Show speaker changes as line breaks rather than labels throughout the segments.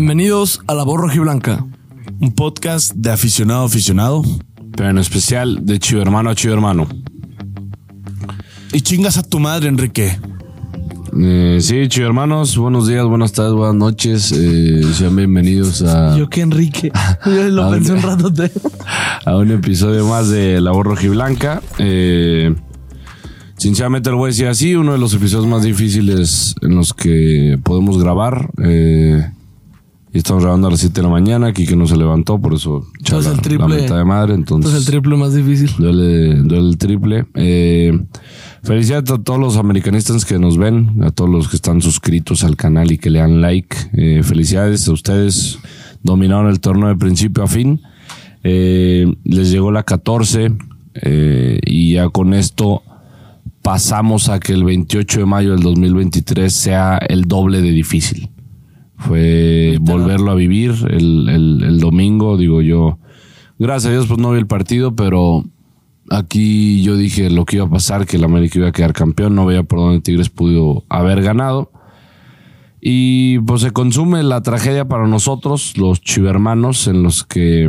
Bienvenidos a La Voz Rojiblanca.
Un podcast de aficionado a aficionado.
Pero en especial de chivo hermano a chivo hermano.
Y chingas a tu madre, Enrique.
Eh, sí, chivo hermanos, buenos días, buenas tardes, buenas noches. eh, sean bienvenidos a,
Yo que Enrique. Yo lo
Ah,
pensé un
ok.
rato. De...
a un episodio más de La Voz Rojiblanca. Eh, sinceramente lo voy a decir así, uno de los episodios más difíciles en los que podemos grabar. eh, y estamos grabando a las 7 de la mañana, que no se levantó, por eso
Entonces
chala,
el triple-
la mitad de madre.
Esto
Entonces,
es Pues el triple más difícil.
Duele, duele el triple. Eh, felicidades a todos los americanistas que nos ven, a todos los que están suscritos al canal y que le dan like. Eh, felicidades a ustedes. Dominaron el torneo de principio a fin. Eh, les llegó la 14 eh, y ya con esto pasamos a que el 28 de mayo del 2023 sea el doble de difícil. Fue volverlo a vivir el, el- el domingo, digo yo. Gracias a Dios, pues no vi el partido, pero aquí yo dije lo que iba a pasar, que el América iba a quedar campeón, no veía por dónde Tigres pudo haber ganado. Y pues se consume la tragedia para nosotros, los chivermanos, en los que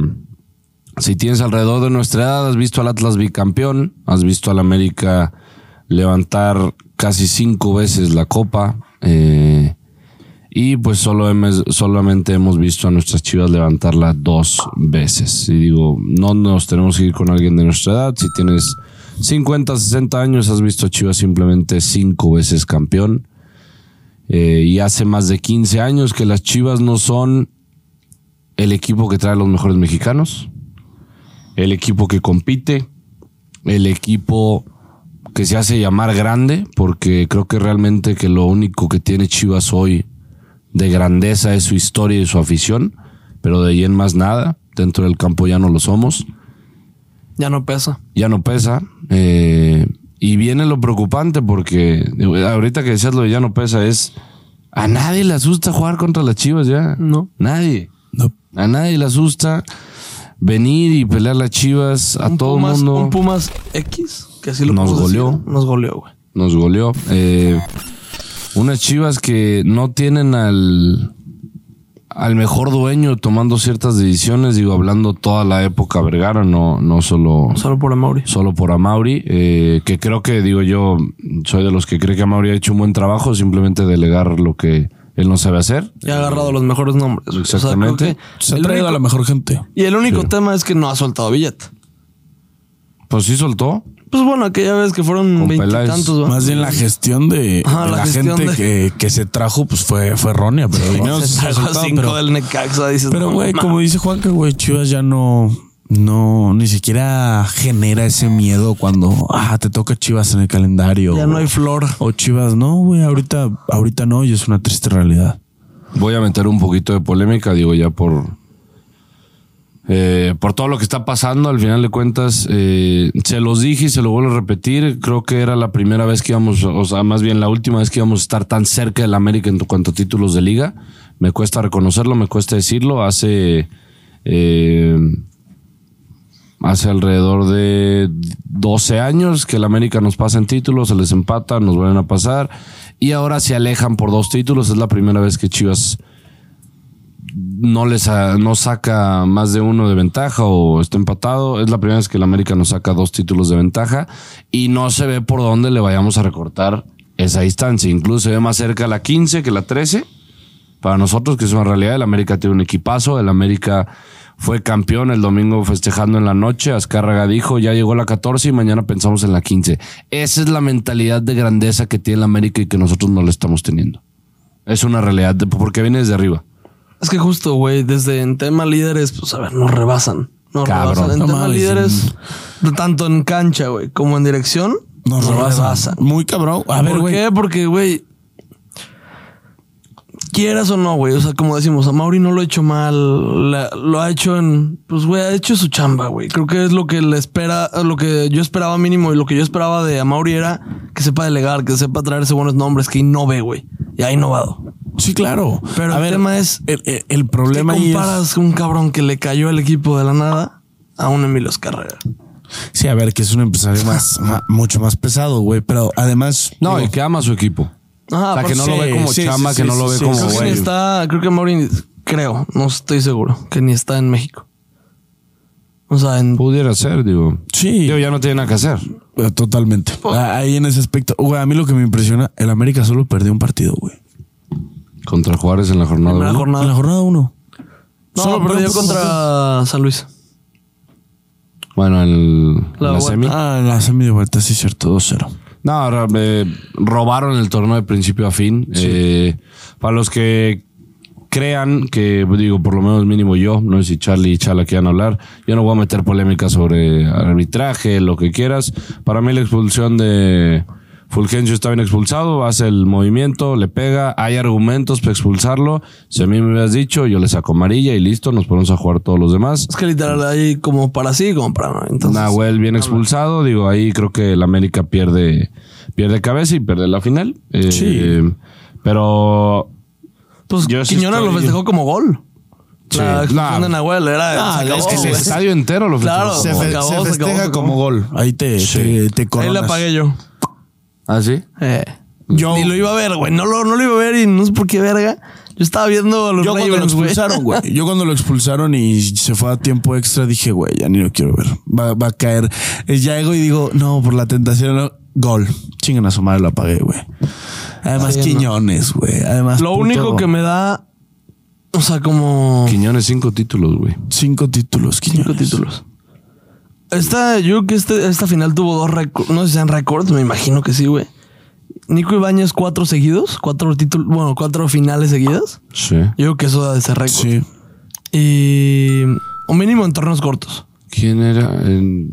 si tienes alrededor de nuestra edad, has visto al Atlas bicampeón, has visto al América levantar casi cinco veces la copa, eh, y pues solo hemos- solamente hemos visto a nuestras chivas levantarla dos veces. Y digo, no nos tenemos que ir con alguien de nuestra edad. Si tienes 50, 60 años, has visto a Chivas simplemente cinco veces campeón. Eh, y hace más de 15 años que las Chivas no son el equipo que trae a los mejores mexicanos, el equipo que compite, el equipo que se hace llamar grande, porque creo que realmente que lo único que tiene Chivas hoy de grandeza es su historia y su afición, pero de ahí en más nada, dentro del campo ya no lo somos
Ya no pesa.
ya no pesa. eh, y viene lo preocupante porque digo, ahorita que decías lo de ya no pesa es a nadie le asusta jugar contra las Chivas ya.
No.
Nadie.
No.
A nadie le asusta venir y pelear las Chivas a
un
todo el
Pumas,
mundo.
Un Pumas X, que así lo
Nos
podemos decir.
goleó.
Nos goleó, güey.
Nos goleó. Eh, unas Chivas que no tienen al al mejor dueño tomando ciertas decisiones, digo, hablando toda la época Vergara, no, no solo
Solo por Amauri.
solo por Amauri, eh, que creo que, digo yo, soy de los que cree que Amauri ha hecho un buen trabajo, simplemente delegar lo que él no sabe hacer.
Y ha agarrado los mejores nombres. güey. O sea,
Exactamente.
creo que
Se ha
el
traído
único-
a la mejor gente.
Y el único tema es que no ha soltado billete.
Pues sí soltó.
Pues bueno, aquella vez que fueron
Con
veintitantos,
Peláez.
güey.
Más bien la gestión de,
Ajá,
de
la
la,
gestión
gente
de-
que, que se trajo, pues fue, fue errónea, pero al menos
Se trajo a
resultado,
Pues, cinco
pero-
del Necaxa, dices.
Pero,
no,
güey,
ma-
como dice Juanca, güey, Chivas ya no, no, ni siquiera genera ese miedo cuando, ah, te toca Chivas en el calendario.
Ya no hay flor.
O Chivas, no, güey, ahorita, ahorita no, y es una triste realidad.
Voy a meter un poquito de polémica, digo ya por... eh, por todo lo que está pasando, al final de cuentas, eh, se los dije y se lo vuelvo a repetir. Creo que era la primera vez que íbamos, o sea, más bien la última vez que íbamos a estar tan cerca del América en cuanto a títulos de liga. Me cuesta reconocerlo, me cuesta decirlo. Hace eh, hace alrededor de 12 años que el América nos pasa en títulos, se les empata, nos vuelven a pasar y ahora se alejan por dos títulos. Es la primera vez que Chivas no les ha- no saca más de uno de ventaja o está empatado. Es la primera vez que el América nos saca dos títulos de ventaja y no se ve por dónde le vayamos a recortar esa distancia. Incluso se ve más cerca la 15 que la 13 para nosotros, que es una realidad. El América tiene un equipazo. El América fue campeón el domingo festejando en la noche. Azcárraga dijo, ya llegó la 14 y mañana pensamos en la 15. Esa es la mentalidad de grandeza que tiene el América y que nosotros no la estamos teniendo. Es una realidad de- porque viene desde arriba.
Es que justo, güey, desde en tema líderes, pues a ver, nos rebasan. Nos
Cabrón,
rebasan. En
no
tema
mames,
líderes, tanto en cancha, güey, como en dirección,
Nos rebasan. Muy cabrón. A ver,
¿Por
güey.
qué? Porque, güey, quieras o no, güey, o sea, como decimos, a Mauri no lo ha hecho mal, la- lo ha hecho en, pues, güey, ha hecho su chamba, güey. Creo que es lo que le espera, lo que yo esperaba mínimo y lo que yo esperaba de a Mauri era que sepa delegar, que sepa traerse buenos nombres, que innove, güey, y ha innovado.
Sí, claro.
Pero
a
el
ver,
tema es-
El, el- el
¿Qué
problema ahí es.
comparas un cabrón que le cayó al equipo de la nada a un Emilio Carrera?
Sí, a ver, que es un empresario más, ma- mucho más pesado, güey. Pero además.
No,
digo,
y que ama a su equipo.
Ah,
o sea, que
porque
no lo ve
sí,
como
sí,
chama,
sí,
que no
sí,
lo ve
sí,
como
sí,
creo que
sí.
güey.
está, creo que Mauri Creo, no estoy seguro, que ni está en México. O sea, en...
Pudiera ser, digo.
Sí.
Digo, ya no tiene nada que hacer.
Eh, Totalmente. Ah, Ahí en ese aspecto. Güey, a mí lo que me impresiona, el América solo perdió un partido, güey.
Contra Juárez en la jornada.
Primera
uno.
jornada.
En la jornada uno.
No, pues,
Solo
perdió
perdió un
contra San Luis.
Bueno, el,
La
la,
vuelta.
semi.
Ah, en la semi de vuelta, sí, cierto, 2-0.
No, ra- eh, robaron el torneo de principio a fin. Eh, para los que crean que, digo, por lo menos mínimo yo, no sé si Charlie y Chala quieran hablar, yo no voy a meter polémica sobre arbitraje, lo que quieras. Para mí la expulsión de Fulgencio está bien expulsado, hace el movimiento, le pega, hay argumentos para expulsarlo. Si a mí me hubieras dicho, yo le saco amarilla y listo, nos ponemos a jugar todos los demás.
Es que literal hay como para sí y como para no. Entonces,
Nahuel bien expulsado, digo, ahí creo que el América pierde, pierde cabeza y pierde la final. Eh,
Sí.
Pero
pues
yo sí
Quiñones lo
estoy-
festejó como gol.
Sí.
La expulsión
Nah.
de Nahuel era... se acabó,
es que el
güey.
estadio entero lo festejó
Claro.
como
Se
gol.
acabó, se acabó, se acabó.
gol. Ahí te, te, te
Ahí
coronas.
la pagué yo.
¿Ah, sí?
Eh.
Yo-
Ni lo iba a ver, güey. No lo, no lo iba a ver y no sé por qué verga. Yo estaba viendo a los
Yo cuando lo
Ravens, güey.
expulsaron, güey. Yo cuando lo expulsaron y se fue a tiempo extra, dije, güey, ya ni lo quiero ver. Va, va a caer. Eh, Ya llego y digo, no, por la tentación, no. gol. Chingan a su madre, lo apagué, güey. Además,
Sí, no.
Quiñones, güey. Además,
Lo
puto,
único que me da... O sea, como...
Quiñones cinco títulos, güey.
Cinco títulos, Quiñones.
Cinco títulos. Esta, yo creo que este, esta final tuvo dos récords. No sé si sean récords, me imagino que sí, güey. Nico Ibáñez, cuatro seguidos, cuatro títulos, bueno, cuatro finales seguidas.
Sí.
Yo creo que eso da ese récord.
Sí.
Y. O mínimo en torneos cortos.
¿Quién era? En-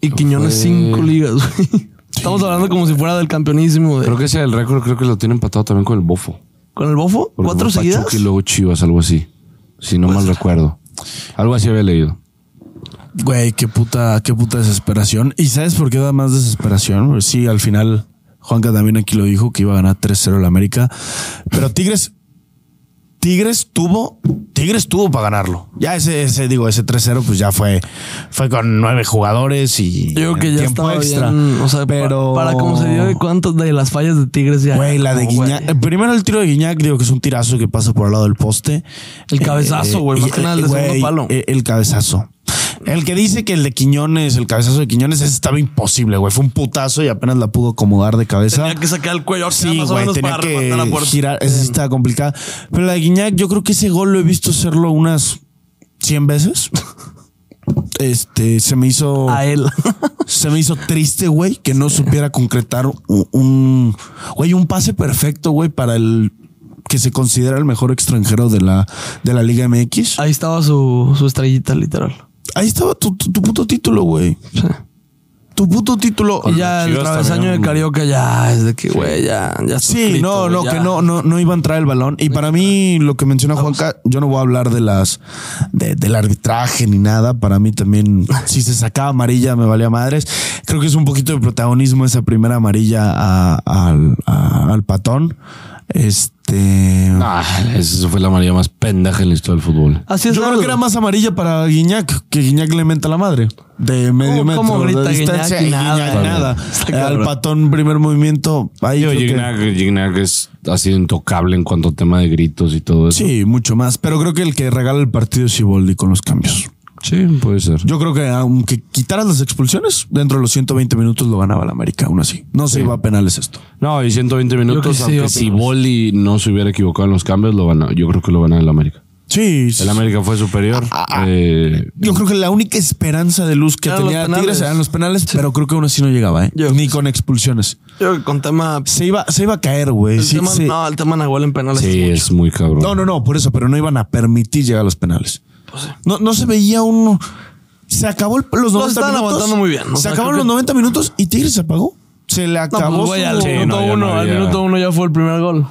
Y Quiñones,
Fue-
cinco ligas, güey. Estamos hablando como si fuera del campeonísimo. de-
Creo que ese del récord, creo que lo tiene empatado también con el Bofo.
¿Con el bofo?
Porque
¿Cuatro
fue
seguidas? Pues,
Pachuca y luego Chivas, algo así. Si no mal recuerdo. Algo así había leído.
Güey, qué puta, qué puta desesperación. ¿Y sabes por qué da más desesperación? Pues sí, al final, Juanca también aquí lo dijo que iba a ganar 3-0 el América. Pero Tigres, Tigres tuvo, Tigres tuvo para ganarlo. Ya ese, ese digo, ese 3-0, pues ya fue, fue con nueve jugadores y
Yo creo que ya estaba bien, O sea, pa-
pero
para como se dio de cuántas de las fallas de Tigres ya.
Güey, la de
No, güey.
Guiñac. Eh, Primero el tiro de Guiñac, digo que es un tirazo que pasa por al lado del poste. Eh,
El cabezazo, güey, más
y-
que nada el de segundo
güey,
palo.
eh, El, cabezazo. El que dice que el de Quiñones, el cabezazo de Quiñones, ese estaba imposible, güey. Fue un putazo y apenas la pudo acomodar de cabeza.
Tenía que sacar el cuello.
Sí,
más o
güey,
menos
tenía
para rematar la
que
puerta. Mm.
girar. Esa sí estaba complicada. Pero la de Guiñac, yo creo que ese gol lo he visto hacerlo unas 100 veces. Este, se me hizo...
a él.
Se me hizo triste, güey, que no supiera concretar u- un, güey, un pase perfecto, güey, para el que se considera el mejor extranjero de la, de la Liga MX.
Ahí estaba su, su estrellita, literal.
Ahí estaba tu, tu- tu puto título, güey.
Sí.
Tu puto título.
Y ya el
Chivas
travesaño
también-
de Carioca ya es de que, güey, ya, ya está
Sí,
escrito,
no,
güey,
no,
ya.
que no, no, no iba a entrar el balón. Y para mí, lo que menciona Juanca, yo no voy a hablar de las, de- del arbitraje ni nada. Para mí también, si se sacaba amarilla, me valía madres. Creo que es un poquito de protagonismo esa primera amarilla a- al, a- al patón. Este.
Ah, esa fue la amarilla más pendeja en la historia del fútbol.
Así es.
Yo creo
Lalo.
que era más amarilla para Guiñac, que Guiñac le menta la madre. De medio
¿Cómo-
metro.
cómo grita
de
Guiñac?
distancia, y Guiñac
Nada.
nada.
Está cabrón.
Al patón, primer movimiento. Ahí
Digo,
creo que-
Gignac, Gignac es, ha sido intocable en cuanto a tema de gritos y todo eso.
Sí, mucho más. Pero creo que el que regala el partido es Siboldi con los cambios.
Sí, puede ser.
Yo creo que aunque quitaras las expulsiones, dentro de los 120 minutos lo ganaba el América, aún así. No se iba a penales esto.
No, y 120
Yo que
minutos,
sí,
aunque
opino.
si Boli no se hubiera equivocado en los cambios, lo van yo creo que lo van a el América.
Sí. sí.
El América fue superior.
Ah,
eh,
Yo creo que la única esperanza de luz que
Eran
tenía
los
Tigres
penales.
eran los penales, pero creo que aún así no llegaba, ¿eh?
Yo-
Ni con expulsiones.
Yo creo que con tema.
Se iba, se iba a caer, güey.
el
Sí,
tema-
sí.
No, el tema Nahuel en penales.
sí, es muy cabrón.
No, no, no, por eso, pero no iban a permitir llegar a los penales.
Pues
No, no se veía uno. Se acabó el- los 90
estaban
minutos.
aguantando muy bien, o
Se
sea,
acabaron
creo
los
que-
90 minutos y Tigres se apagó. Se le
No,
acabó.
pues, güey,
su-
al
Sí, no,
minuto
ya no
uno, al
había-
minuto uno ya fue el primer gol.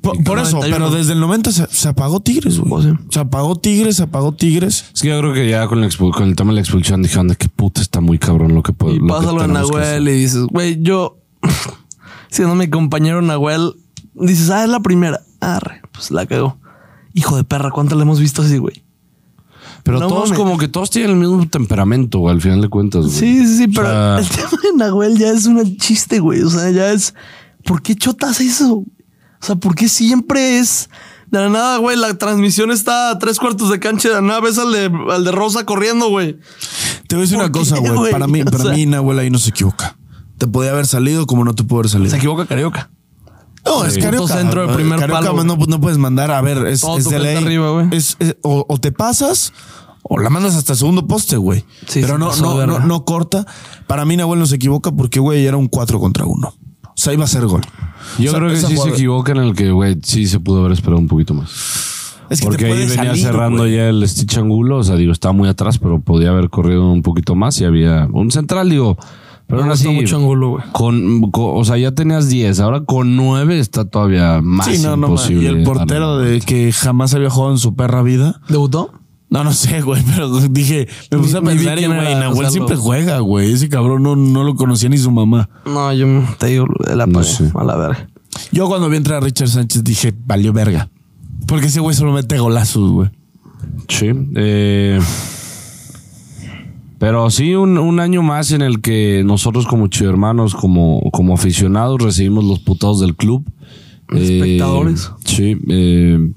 por, por eso,
91.
pero desde el 90 se, se apagó Tigres, güey.
Pues, sí.
Se apagó Tigres, se apagó Tigres.
Es que yo creo que ya con, la expu- con el tema de la expulsión dijeron de qué puta está muy cabrón lo que puede.
Y
Pues lo que
pásalo en
tenemos que hacer".
Nahuel y dices, güey, yo, siendo mi compañero Nahuel, dices, ah, es la primera. Arre, pues la cagó. Hijo de perra, ¿cuánto le hemos visto así, güey?
Pero
No
todos,
mames.
como que todos tienen el mismo temperamento, güey, al final de cuentas. güey.
Sí, sí, sí, pero
sea-
el tema de Nahuel ya es un chiste, güey. O sea, ya es, ¿por qué chotas eso? O sea, ¿por qué siempre es De la nada, güey, la transmisión está a tres cuartos de cancha. De la nada ves al de, al de Rosa corriendo, güey.
Te voy a decir
¿Por
una
qué,
cosa,
güey?
güey. Para mí,
O
para
sea-
mí, Nahuel ahí no se equivoca. Te podía haber salido como no te pudo haber salido.
Se equivoca Carioca.
No, es
Sí.
Carioca.
Punto centro de primer
Carioca,
palo.
más no, no puedes mandar. A ver, es,
Todo
es
tu
de
gente
ley.
arriba, güey.
Es- es- o, o te pasas o la mandas hasta el segundo poste, güey.
Sí,
Pero
se
no,
pasó
no,
de
no,
verga.
no corta. Para mí, Nahuel no se equivoca porque, güey, era un 4 contra 1. O sea, iba a ser gol.
Yo
O sea,
creo que
esa
sí se
jugada-
equivoca en el que, güey, sí se pudo haber esperado un poquito más.
Es que
Porque
te
ahí
puede
venía
salir,
cerrando
güey.
ya el Stitch Angulo. O sea, digo, estaba muy atrás, pero podía haber corrido un poquito más y había un central, digo. Pero aún
Me
así,
gustó mucho Angulo, güey.
con, con- o sea, ya tenías 10, ahora con 9 está todavía más
Sí, no, no, man.
imposible.
Y el portero de que jamás había jugado en su perra vida.
¿Debutó?
No, no sé, güey, pero dije, me puse a
Ni- ni vi
pensar y,
quién
güey,
era,
Nahuel
o sea,
siempre
los-
juega, güey. Ese cabrón no, no lo conocía ni su mamá.
No, yo te digo, la
No
pagué,
sé.
a la verga.
Yo cuando vi entrar a Richard Sánchez dije, valió verga. Porque ese güey solo mete golazos, güey.
Sí. eh, pero sí, un, un año más en el que nosotros como chivermanos, como, como aficionados, recibimos los putados del club. Eh,
Espectadores.
sí. eh,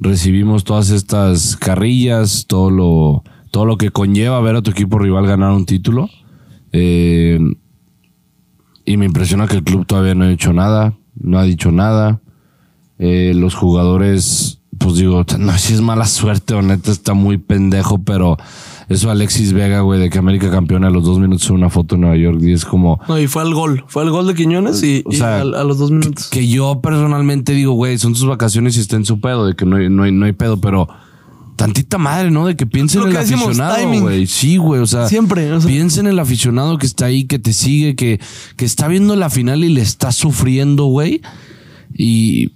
recibimos todas estas carrillas, todo lo, todo lo que conlleva ver a tu equipo rival ganar un título. Eh, y me impresiona que el club todavía no ha hecho nada, no ha dicho nada. Eh, los jugadores, pues digo, no sé si es mala suerte o neta está muy pendejo, pero eso Alexis Vega, güey, de que América campeona a los dos minutos en una foto en Nueva York y es como...
No, y fue al gol. Fue al gol de Quiñones y,
O
y
sea,
al- a, los dos minutos.
Que yo personalmente digo, güey, son sus vacaciones y está en su pedo, de que no hay, no hay, no hay pedo, pero tantita madre, ¿no? De que piensen
Lo
en el
que decimos,
aficionado,
timing.
güey. Sí, güey, o sea,
Siempre, o sea.
piensa en el aficionado que está ahí, que te sigue, que, que está viendo la final y le está sufriendo, güey. Y,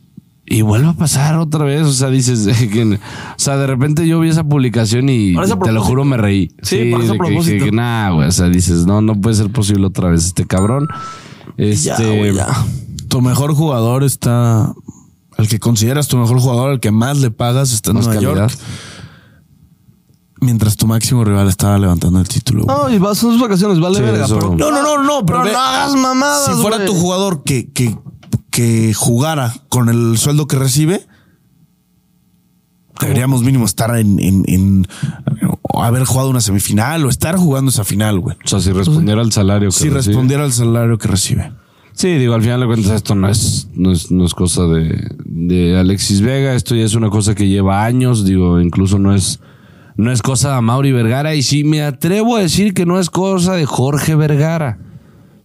y vuelve a pasar otra vez, o sea, dices, que- o sea, de repente yo vi esa publicación y
Parece a
te lo
propósito.
juro me reí.
Sí, parece a
de que dije
propósito.
que nah, güey, o sea, dices, no, no puede ser posible otra vez este cabrón. Este,
Ya, güey, ya.
Tu mejor jugador está. El que consideras tu mejor jugador, el que más le pagas, está en
más
Nueva
calidad.
York. Mientras tu máximo rival estaba levantando el título. güey.
No, y va, son sus vacaciones, vale
Sí,
verga.
eso.
Pero,
No, no, no, no, pero
Pero
ve-
no hagas mamadas.
si fuera
güey.
tu jugador que, que, que jugara con el sueldo que recibe, deberíamos mínimo estar en, en- en- o haber jugado una semifinal o estar jugando esa final, güey.
O sea, si respondiera al salario. que
Pues, Si
recibe.
respondiera al salario que recibe.
Sí, digo, al final de cuentas, esto no es, no es, no es cosa de, de Alexis Vega. Esto ya es una cosa que lleva años. Digo, incluso no es, no es cosa de Mauri Vergara. Y si me atrevo a decir que no es cosa de Jorge Vergara.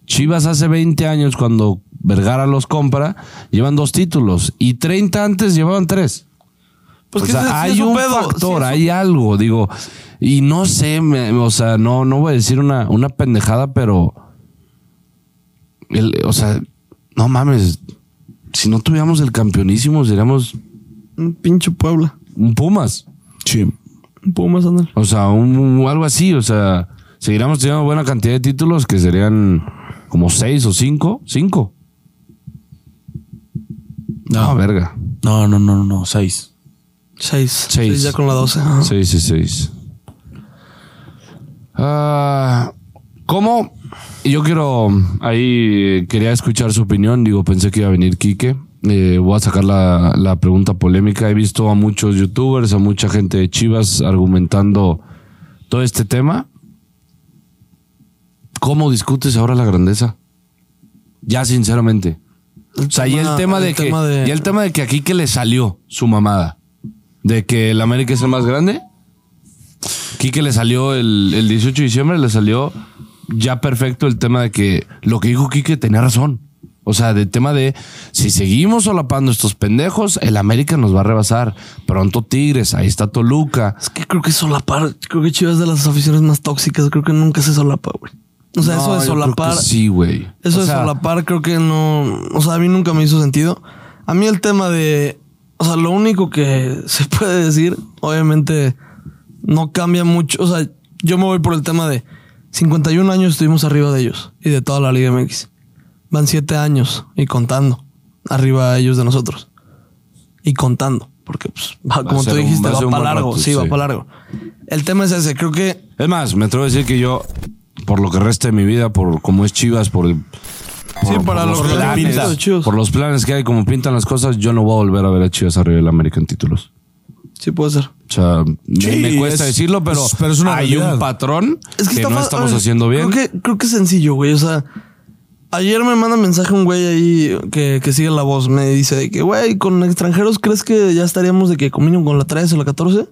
Chivas hace 20 años, cuando Vergara los compra, llevan dos títulos. Y 30 antes llevaban tres.
Pues
O
que
sea,
ese- ese es
hay
su
un
pedo,
factor,
sí, es su-
hay algo, digo. Y no sé, me- o sea, no, no voy a decir una, una pendejada, pero. el- o sea, no mames. Si no tuviéramos el campeonísimo, seríamos
Un pinche Puebla.
un Pumas.
Sí.
Un Pumas, andar.
O sea, un, un- algo así. O sea, seguiríamos teniendo buena cantidad de títulos que serían como seis o cinco. Cinco. No, verga.
No, no, no, no, no, seis.
Seis.
Seis.
Seis ya con la doce. Ajá.
Sí, sí, sí. Ah, ¿Cómo? Yo quiero, ahí eh, quería escuchar su opinión, digo, pensé que iba a venir Quique. Eh, voy a sacar la, la pregunta polémica. He visto a muchos youtubers, a mucha gente de Chivas argumentando todo este tema. ¿Cómo discutes ahora la grandeza? Ya sinceramente. O sea, y el tema de que y el tema de que aquí que le salió su mamada. De que el América es el más grande. Quique le salió el, el 18 de diciembre, le salió ya perfecto el tema de que lo que dijo Quique tenía razón. O sea, del tema de si seguimos solapando estos pendejos, el América nos va a rebasar. Pronto Tigres, ahí está Toluca.
Es que creo que solapar. Creo que Chivas es de las aficiones más tóxicas. Creo que nunca se solapa, güey. O sea, eso
No,
de
yo creo que
solapar.
Sí, güey.
Eso
O
de
sea,
solapar creo que no... O sea, a mí nunca me hizo sentido. A mí el tema de... O sea, lo único que se puede decir, obviamente, no cambia mucho. O sea, yo me voy por el tema de 51 años estuvimos arriba de ellos y de toda la Liga MX. Van 7 años y contando. Arriba ellos de nosotros. Y contando. Porque, pues, va-
a
como tú
ser un-
dijiste,
va a
va,
ser un
para
buen
largo.
rato,
sí, va
sí.
para largo. El tema es ese. Creo que
Es más, me atrevo a decir que yo, por lo que resta de mi vida, por cómo es Chivas, por el
Sí, para lo
los
que les
planes,
pinta los Chivas.
Por los planes que hay, como pintan las cosas, yo no voy a volver a ver a Chivas arriba del América en títulos.
Sí, puede ser.
O sea, me-
Sí,
me cuesta
es-
decirlo, pero,
es- pero es una
hay
realidad.
un patrón
Es
que,
está
no
fa-
estamos
a ver,
haciendo bien.
Creo que, creo que es sencillo, güey. O sea, ayer me manda mensaje un güey ahí que, que sigue la voz. Me dice de que, güey, con extranjeros, ¿crees que ya estaríamos de que combinen con la 13 o la 14?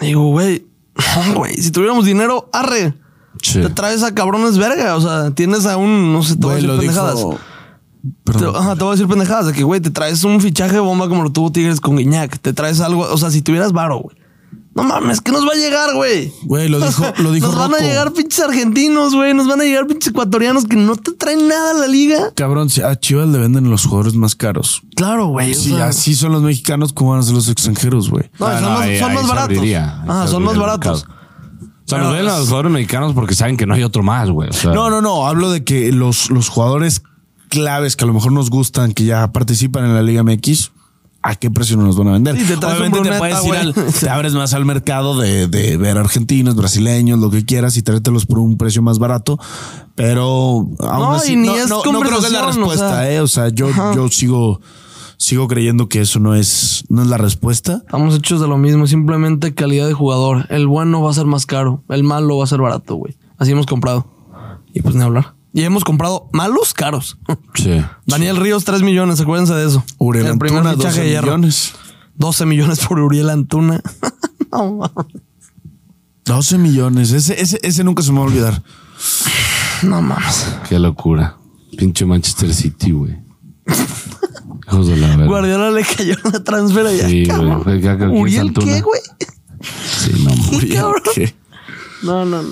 Digo, güey, no, güey, si tuviéramos dinero, arre.
Sí.
Te traes a cabrones verga. O sea, tienes a un, no sé, te voy a
Güey,
decir
lo
pendejadas.
dijo.
Te,
Perdón.
ajá, te voy a decir pendejadas de que, güey, te traes un fichaje bomba como lo tuvo Tigres con Guiñac. Te traes algo, o sea, si tuvieras varo, güey. No mames, que nos va a llegar, güey.
Güey, lo dijo- lo dijo
Nos van a
Rocco.
llegar pinches argentinos, güey. Nos van a llegar pinches ecuatorianos que no te traen nada a la liga.
Cabrón, si a Chivas le venden los jugadores más caros.
Claro, güey. o
Si
sea,
así son los mexicanos, ¿cómo van a ser los extranjeros, güey?
No,
Ah,
son
no,
más,
ahí-
son
ahí
más
se
baratos.
abriría, ahí
Ah,
se
son más
abriría el
baratos.
mercado. O sea,
Pero-
nos ven a los jugadores mexicanos porque saben que no hay otro más, güey. O sea,
No, no, no. Hablo de que los, los jugadores claves que a lo mejor nos gustan, que ya participan en la Liga MX, ¿a qué precio nos los van a vender?
Sí, te traes un
Obviamente te
Bruneta,
puedes ir
güey.
al, te abres más al mercado de, de ver argentinos, brasileños, lo que quieras y tráetelos por un precio más barato. Pero aún
No,
así,
y ni es
creo que es la
conversación, o
respuesta,
sea.
¿eh? O sea, yo,
Ajá.
yo sigo, sigo creyendo que eso no es, no es la respuesta.
Estamos hechos de lo mismo, simplemente calidad de jugador. El bueno va a ser más caro, el malo va a ser barato, güey. Así hemos comprado. Y pues ni hablar. Y hemos comprado malos caros.
Sí.
Daniel Ríos, 3 millones, acuérdense de eso.
Uriel
el primer
Antuna,
fichaje
12
de hierro.
millones.
12 millones por Uriel Antuna. No mames.
12 millones. Ese, ese, ese nunca se me va a olvidar.
No mames.
Qué locura. Pinche Manchester City, güey. Hijos de la verga.
Guardiola le cayó la transfera ya.
Sí, güey.
cabrón.
Fue caca, ¿quién
¿Uriel
saltó
qué,
una?
güey?
Sí, no, mames.
¿Qué, cabrón?
¿Qué?
No, no, no.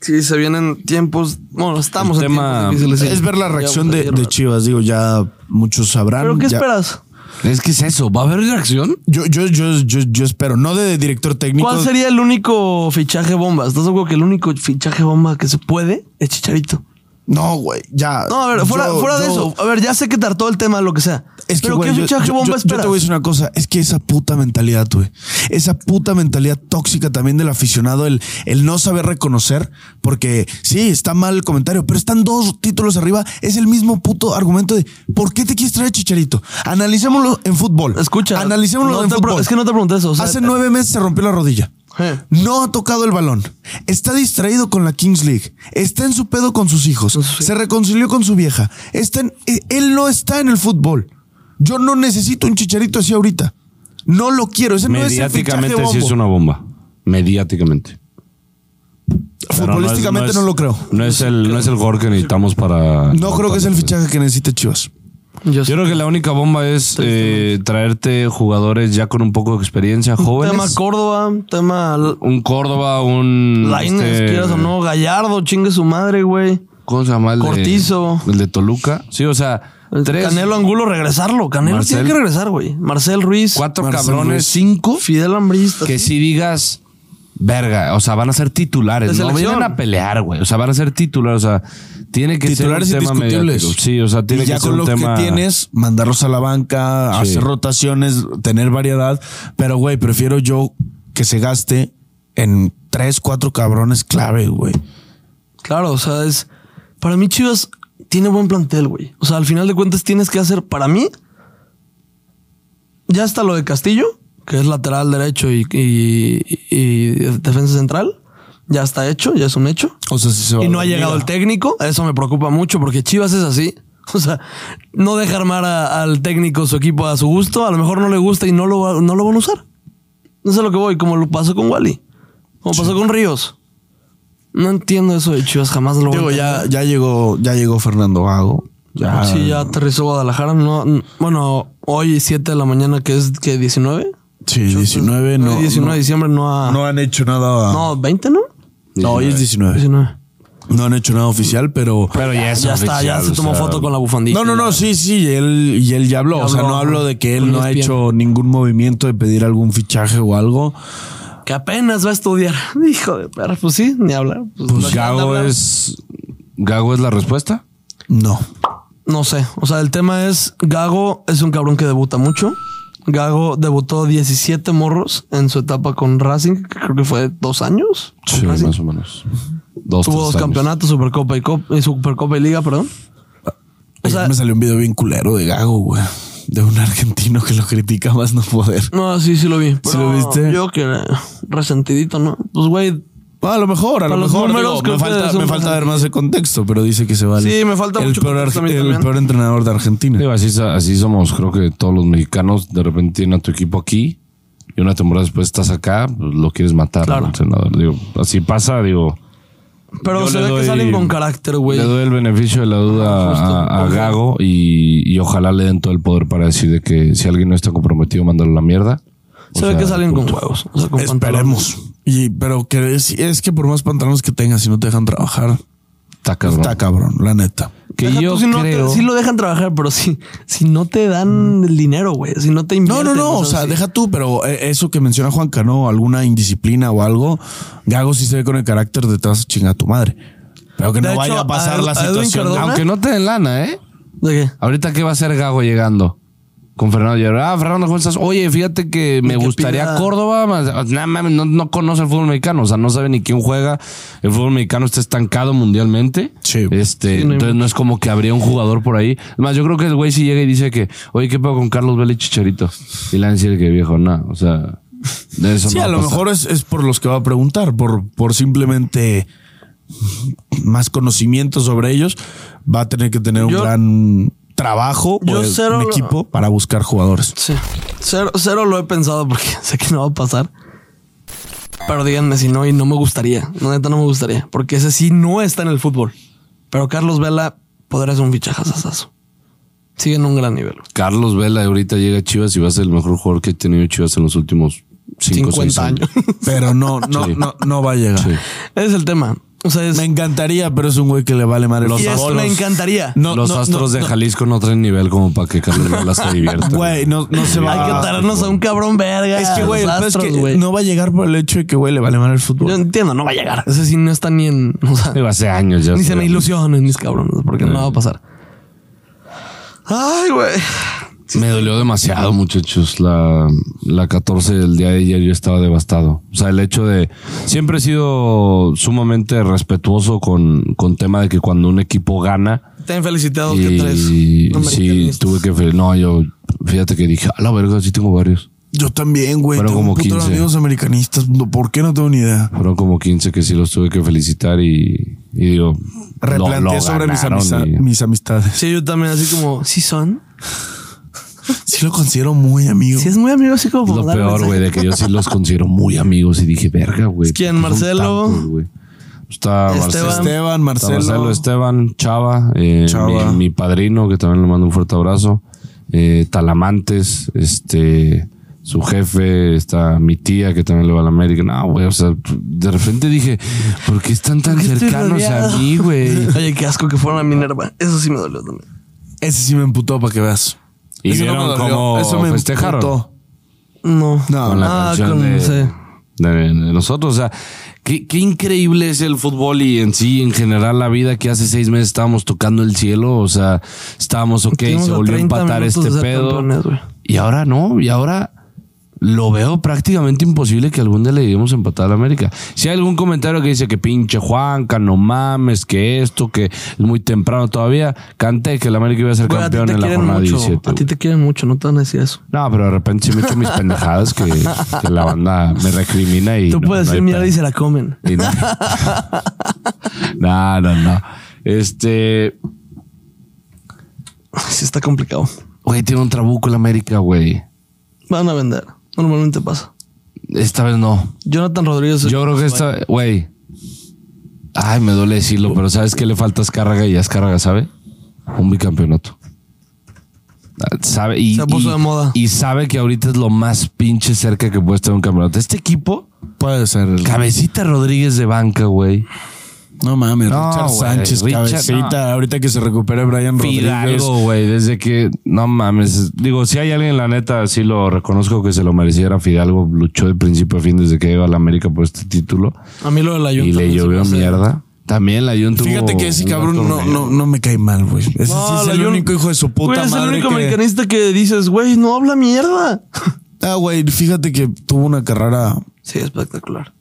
Sí, se vienen tiempos. Bueno, estamos
El
en
tema
tiempos difíciles. sí.
Es ver la
Ya
reacción
vamos a
de,
llegar.
de Chivas, digo, ya muchos sabrán.
¿Pero qué
ya-
esperas?
Es que es eso. ¿Va a haber reacción?
Yo, yo, yo, yo, yo espero, no de director técnico.
¿Cuál sería el único fichaje bomba? ¿Estás seguro que el único fichaje bomba que se puede es Chicharito?
No, güey, ya.
No, a ver, fuera,
Yo-
fuera de
yo-
eso. A ver, ya sé que trató el tema, lo que sea.
Es que,
Pero
güey,
¿qué
yo-
fichaje
yo,
bomba
yo- yo
esperas?
te voy a decir una cosa, es que esa puta mentalidad, güey. Esa puta mentalidad tóxica también del aficionado, el, el no saber reconocer, porque sí, está mal el comentario, pero están dos títulos arriba, es el mismo puto argumento de ¿por qué te quieres traer a Chicharito? Analicémoslo en fútbol.
Escucha.
Analicémoslo
no
en
te pre-
fútbol.
Es que no te pregunté eso. o sea,
Hace nueve meses se rompió la rodilla.
Eh.
No ha tocado el balón. Está distraído con la Kings League. Está en su pedo con sus hijos. Se reconcilió con su vieja. Está en- eh, él no está en el fútbol. Yo no necesito un chicharito así ahorita. No lo quiero. Ese no es el
Mediáticamente
fichaje
sí es
bombo.
una bomba. Mediáticamente. Pero no es-
Futbolísticamente no,
es-
lo creo.
No es el, no es el gol que necesitamos para.
No creo que es el fichaje que necesite Chivas.
Yo,
Yo creo que la única bomba es eh, traerte jugadores ya con un poco de experiencia,
Tema
jóvenes.
Córdoba, tema L-
Un Córdoba, un.
Lainez,
este,
quieras o no, Gallardo, chingue su madre, güey.
¿Cómo se llama? El de-
Cortizo.
el de Toluca. Sí, o sea, tres.
Canelo Angulo, regresarlo. Canelo
Marcel.
tiene que regresar, güey. Marcel Ruiz.
cuatro
Marcelo
cabrones,
Ruiz.
cinco.
Fidel Ambrista.
Que si digas, verga, o sea, van a ser titulares.
De
No
selección.
vienen a pelear, güey. O sea, van a ser titulares. O sea, tiene que
Titulares
ser un tema
indiscutibles.
mediático. Sí, o sea, tiene
y ya
que ser
con
un
lo
tema.
que tienes, mandarlos a la banca,
Sí.
hacer rotaciones, tener variedad. Pero, güey, prefiero yo que se gaste en tres, cuatro cabrones clave, güey.
Claro, o sea, es. Para mí, Chivas tiene buen plantel, güey. O sea, al final de cuentas tienes que hacer, para mí, ya está lo de Castillo, que es lateral derecho y, y- y defensa central. Ya está hecho, ya es un hecho.
O sea, si se va
Y no
a
ha
la
llegado el
liga.
técnico. Eso me preocupa mucho porque Chivas es así. O sea, no deja armar a- al técnico su equipo a su gusto. A lo mejor no le gusta y no lo, va- no lo van a usar. No sé lo que voy, como lo pasó con Wally. Como pasó con Ríos. No entiendo eso de Chivas, jamás lo voy
Digo,
a
ya,
entender.
ya llegó, ya llegó Fernando Gago. Ya.
Ah, Sí, ya aterrizó Guadalajara. No, no- bueno, hoy 7 de la mañana, que es que 19.
Sí, 19, no.
19 de diciembre no ha...
no- no han hecho nada. No,
Ah. No, 20, ¿no?
hoy es 19.
19.
No han hecho nada oficial, pero.
Pero ya es
ya está, ya
oficial,
se
o
tomó
sea,
foto con la bufandita.
No, no, no, sí, sí, y él, y él ya habló.
Ya
o sea,
habló,
no hablo de que él
con
no ha
ESPN.
hecho ningún movimiento de pedir algún fichaje o algo.
que apenas va a estudiar. Hijo de perra, pues sí, ni hablar. Pues, lo
Pues
acaban de
Gago
hablar.
es. Gago es la respuesta.
No.
No sé, o sea, el tema es, Gago es un cabrón que debuta mucho. Gago debutó 17 morros en su etapa con Racing, que creo que fue dos años. con
Sí,
Racing.
más o menos. Dos,
Ah, Tuvo
tres
dos
años.
campeonatos, eh, Supercopa y, Cop- y Supercopa y Liga, perdón. O sea,
Ayer me salió un video bien culero de Gago, güey. De un argentino que lo critica más no poder.
no, sí, sí lo vi.
¿Sí
Pero
lo viste?
Yo que eh, resentidito, ¿no? Pues, güey,
A lo mejor, a
Para
lo
los
mejor.
números
digo,
que
me
ustedes
falta,
son
me falta ver
bastante.
más de contexto, pero dice que se vale.
Sí, me falta
el
mucho
peor
contexto a mí
arge- El
también.
peor entrenador de Argentina.
Digo, así, so- así somos, creo que todos los mexicanos, de repente tienen a tu equipo aquí y una temporada después estás acá, pues, lo quieres matar
Claro.
al entrenador. Digo, así pasa, digo.
pero
Yo
se
le
ve
doy-
que salen con carácter, güey. Ah,
Le doy el beneficio de la duda
Justo.
a, a Gago y, y ojalá le den todo el poder para decir de que si alguien no está comprometido, mándalo a la mierda. pues, O
Se ve
sea,
que salen con
punto.
huevos. O sea, con
Esperemos. Y, pero que es, es que por más pantalones que tengas, si no te dejan trabajar,
Está cabrón.
pues,
está cabrón, la neta.
Que
Deja
yo
tú pues, si no te-
creo...
sí lo dejan trabajar, pero si, si no te dan el dinero, güey. Si Mm. no te
No,
invierten.
no, no. O sea,
sí.
deja tú, pero eh, eso que menciona Juanca, ¿no? Alguna indisciplina o algo. Gago sí se ve con el carácter de te vas a chingar a tu madre. Pero que
De
no
hecho,
vaya a pasar
a-
la
a Edwin
situación.
Cardona-
Aunque no te den lana, ¿eh?
¿De qué?
Ahorita, ¿qué va a hacer Gago llegando? Con Fernando Hierro. Ah, Fernando Fuentes, oye, fíjate que me
Que
gustaría
pida-
Córdoba. mas- nah, mames, no, no conoce el fútbol mexicano, o sea, no sabe ni quién juega. El fútbol mexicano está estancado mundialmente.
Sí.
Este,
Sí, no hay
entonces no es como que habría un jugador por ahí. Además, yo creo que el güey si llega y dice que, oye, ¿qué pedo con Carlos Vela y Chicharito? Y le van a decir que viejo, no, o sea, de eso
Sí,
no va
a lo
pasar.
mejor es, es por los que va a preguntar, por, por simplemente más conocimiento sobre ellos. Va a tener que tener
Yo-
un gran trabajo
yo
o el-
cero
un
lo-
equipo para buscar jugadores.
Sí. Cero, cero lo he pensado porque sé que no va a pasar. Pero díganme si no, y no me gustaría. No, neta, no me gustaría. Porque ese sí no está en el fútbol. Pero Carlos Vela podrá ser un fichajazazazo. Sigue en un gran nivel.
Carlos Vela ahorita llega a Chivas y va a ser el mejor jugador que ha tenido Chivas en los últimos 5
50 años.
Pero no, no,
Sí.
no, no va a llegar.
Sí.
Ese es el tema. O sea, es.
Me encantaría, pero es un güey que le vale madre
y
los
es-
astros.
me encantaría.
No,
los
no,
astros
no,
de
no.
Jalisco no traen nivel como para que Carlos Vela se divierta.
Güey, no, no se va
Hay que traernos a un cabrón verga.
Es que, güey, el
los
pedo es
Astros,
que
güey.
no va a llegar por el hecho de que, güey, le vale mal el fútbol.
Yo entiendo, no va a llegar. Ese sí no está ni en. O sea,
Digo, hace años ya.
ni
se
se me
ve.
ilusionen, mis cabrones, porque no va a pasar. Ay, güey.
Me dolió demasiado, muchachos. La, la 14 del día de ayer yo estaba devastado. O sea, el hecho de... Siempre he sido sumamente respetuoso con, con tema de que cuando un equipo gana...
Te han felicitado dos que tres.
Y sí,
americanistas.
tuve que... fel- No, yo... Fíjate que dije, a la verga, sí tengo varios.
Yo también, güey.
Fueron
Tengo
como
un putero de
15.
amigos americanistas. No, ¿Por qué no tengo ni idea?
Fueron como 15 que sí los tuve que felicitar y, y digo... lo- lo
Replanteé sobre mis,
ganaron
amista-
y-
mis amistades.
Sí, yo también, así como, sí son.
Sí lo considero muy amigo.
Sí, es muy amigo, así como.
Es
por
lo
dar
peor,
mensaje.
güey, de que yo sí los considero muy amigos y dije, verga, güey.
¿Quién?
¿por qué son
¿Marcelo?
tantos, güey? Está
Esteban.
Marcelo.
Esteban,
está
Marcelo.
Marcelo, Este- Esteban, Chava, eh,
Chava.
Mi, mi padrino, que también le mando un fuerte abrazo. eh, Talamantes, este, su jefe, está mi tía, que también le va a la América. No, güey, o sea, de repente dije, ¿por qué están tan
Porque estoy
cercanos a
rodeado.
mí, güey?
Oye, qué asco que fueron a Minerva. Eso sí me dolió también.
Ese sí me emputó para que veas.
Y
Ese no
vieron
me dolió,
cómo festejaron.
No.
No.
con la
Ah,
canción
con-
de,
sí.
de- de nosotros. O sea, qué, qué increíble es el fútbol y en sí, en general, la vida que hace seis meses estábamos tocando el cielo. O sea, estábamos ok,
Estuvimos
se
a
volvió a
30
empatar
minutos
este
de ser
pedo.
campeones, güey.
Y ahora no, y ahora lo veo prácticamente imposible que algún día le lleguemos a empatar a la América. Si hay algún comentario que dice que pinche Juanca, no mames, que esto, que es muy temprano todavía, canté que la América iba a ser
Güey, a ti
campeón
te
en la
quieren
jornada
mucho.
17.
a ti
güey.
te quieren mucho, no te van a decir eso.
No, pero de repente sí me echo mis pendejadas que, que la banda me recrimina y.
Tú
no,
puedes
no hay
decir mierda
pedo.
y se la comen.
Y no. no, no, no. Este.
Sí, está complicado.
Güey, tiene un trabuco el América, güey.
Van a vender. Normalmente pasa.
Esta vez no.
Jonathan Rodríguez.
Yo creo que esta. Güey. Ay, me duele decirlo, pero ¿sabes qué le falta a Azcárraga y a Azcárraga, sabe? Un bicampeonato. Ah, Sabe, y,
Se puso
y-
de moda.
y sabe que ahorita es lo más pinche cerca que puede estar un campeonato. Este equipo,
Puede ser. el-
Cabecita Rodríguez de banca, güey.
No mames,
No,
Richard
güey,
Sánchez,
Richard,
cabecita. Ahorita que se recupere Brian Rodríguez.
Fidalgo, güey, desde que no mames, digo, si hay alguien la neta sí lo reconozco que se lo mereciera Fidalgo, luchó de principio a fin desde que llegó a la América por este título
A mí lo de la
y le llovió mierda. También la Jun tuvo
Fíjate que ese
un
cabrón
actor
no,
medio.
no, no me cae mal, güey. Ese sí es el único hijo de su puta
Güey, es el
madre
único
que-
americanista que dices, güey, no habla mierda.
Ah, güey, fíjate que tuvo una carrera
Sí, espectacular.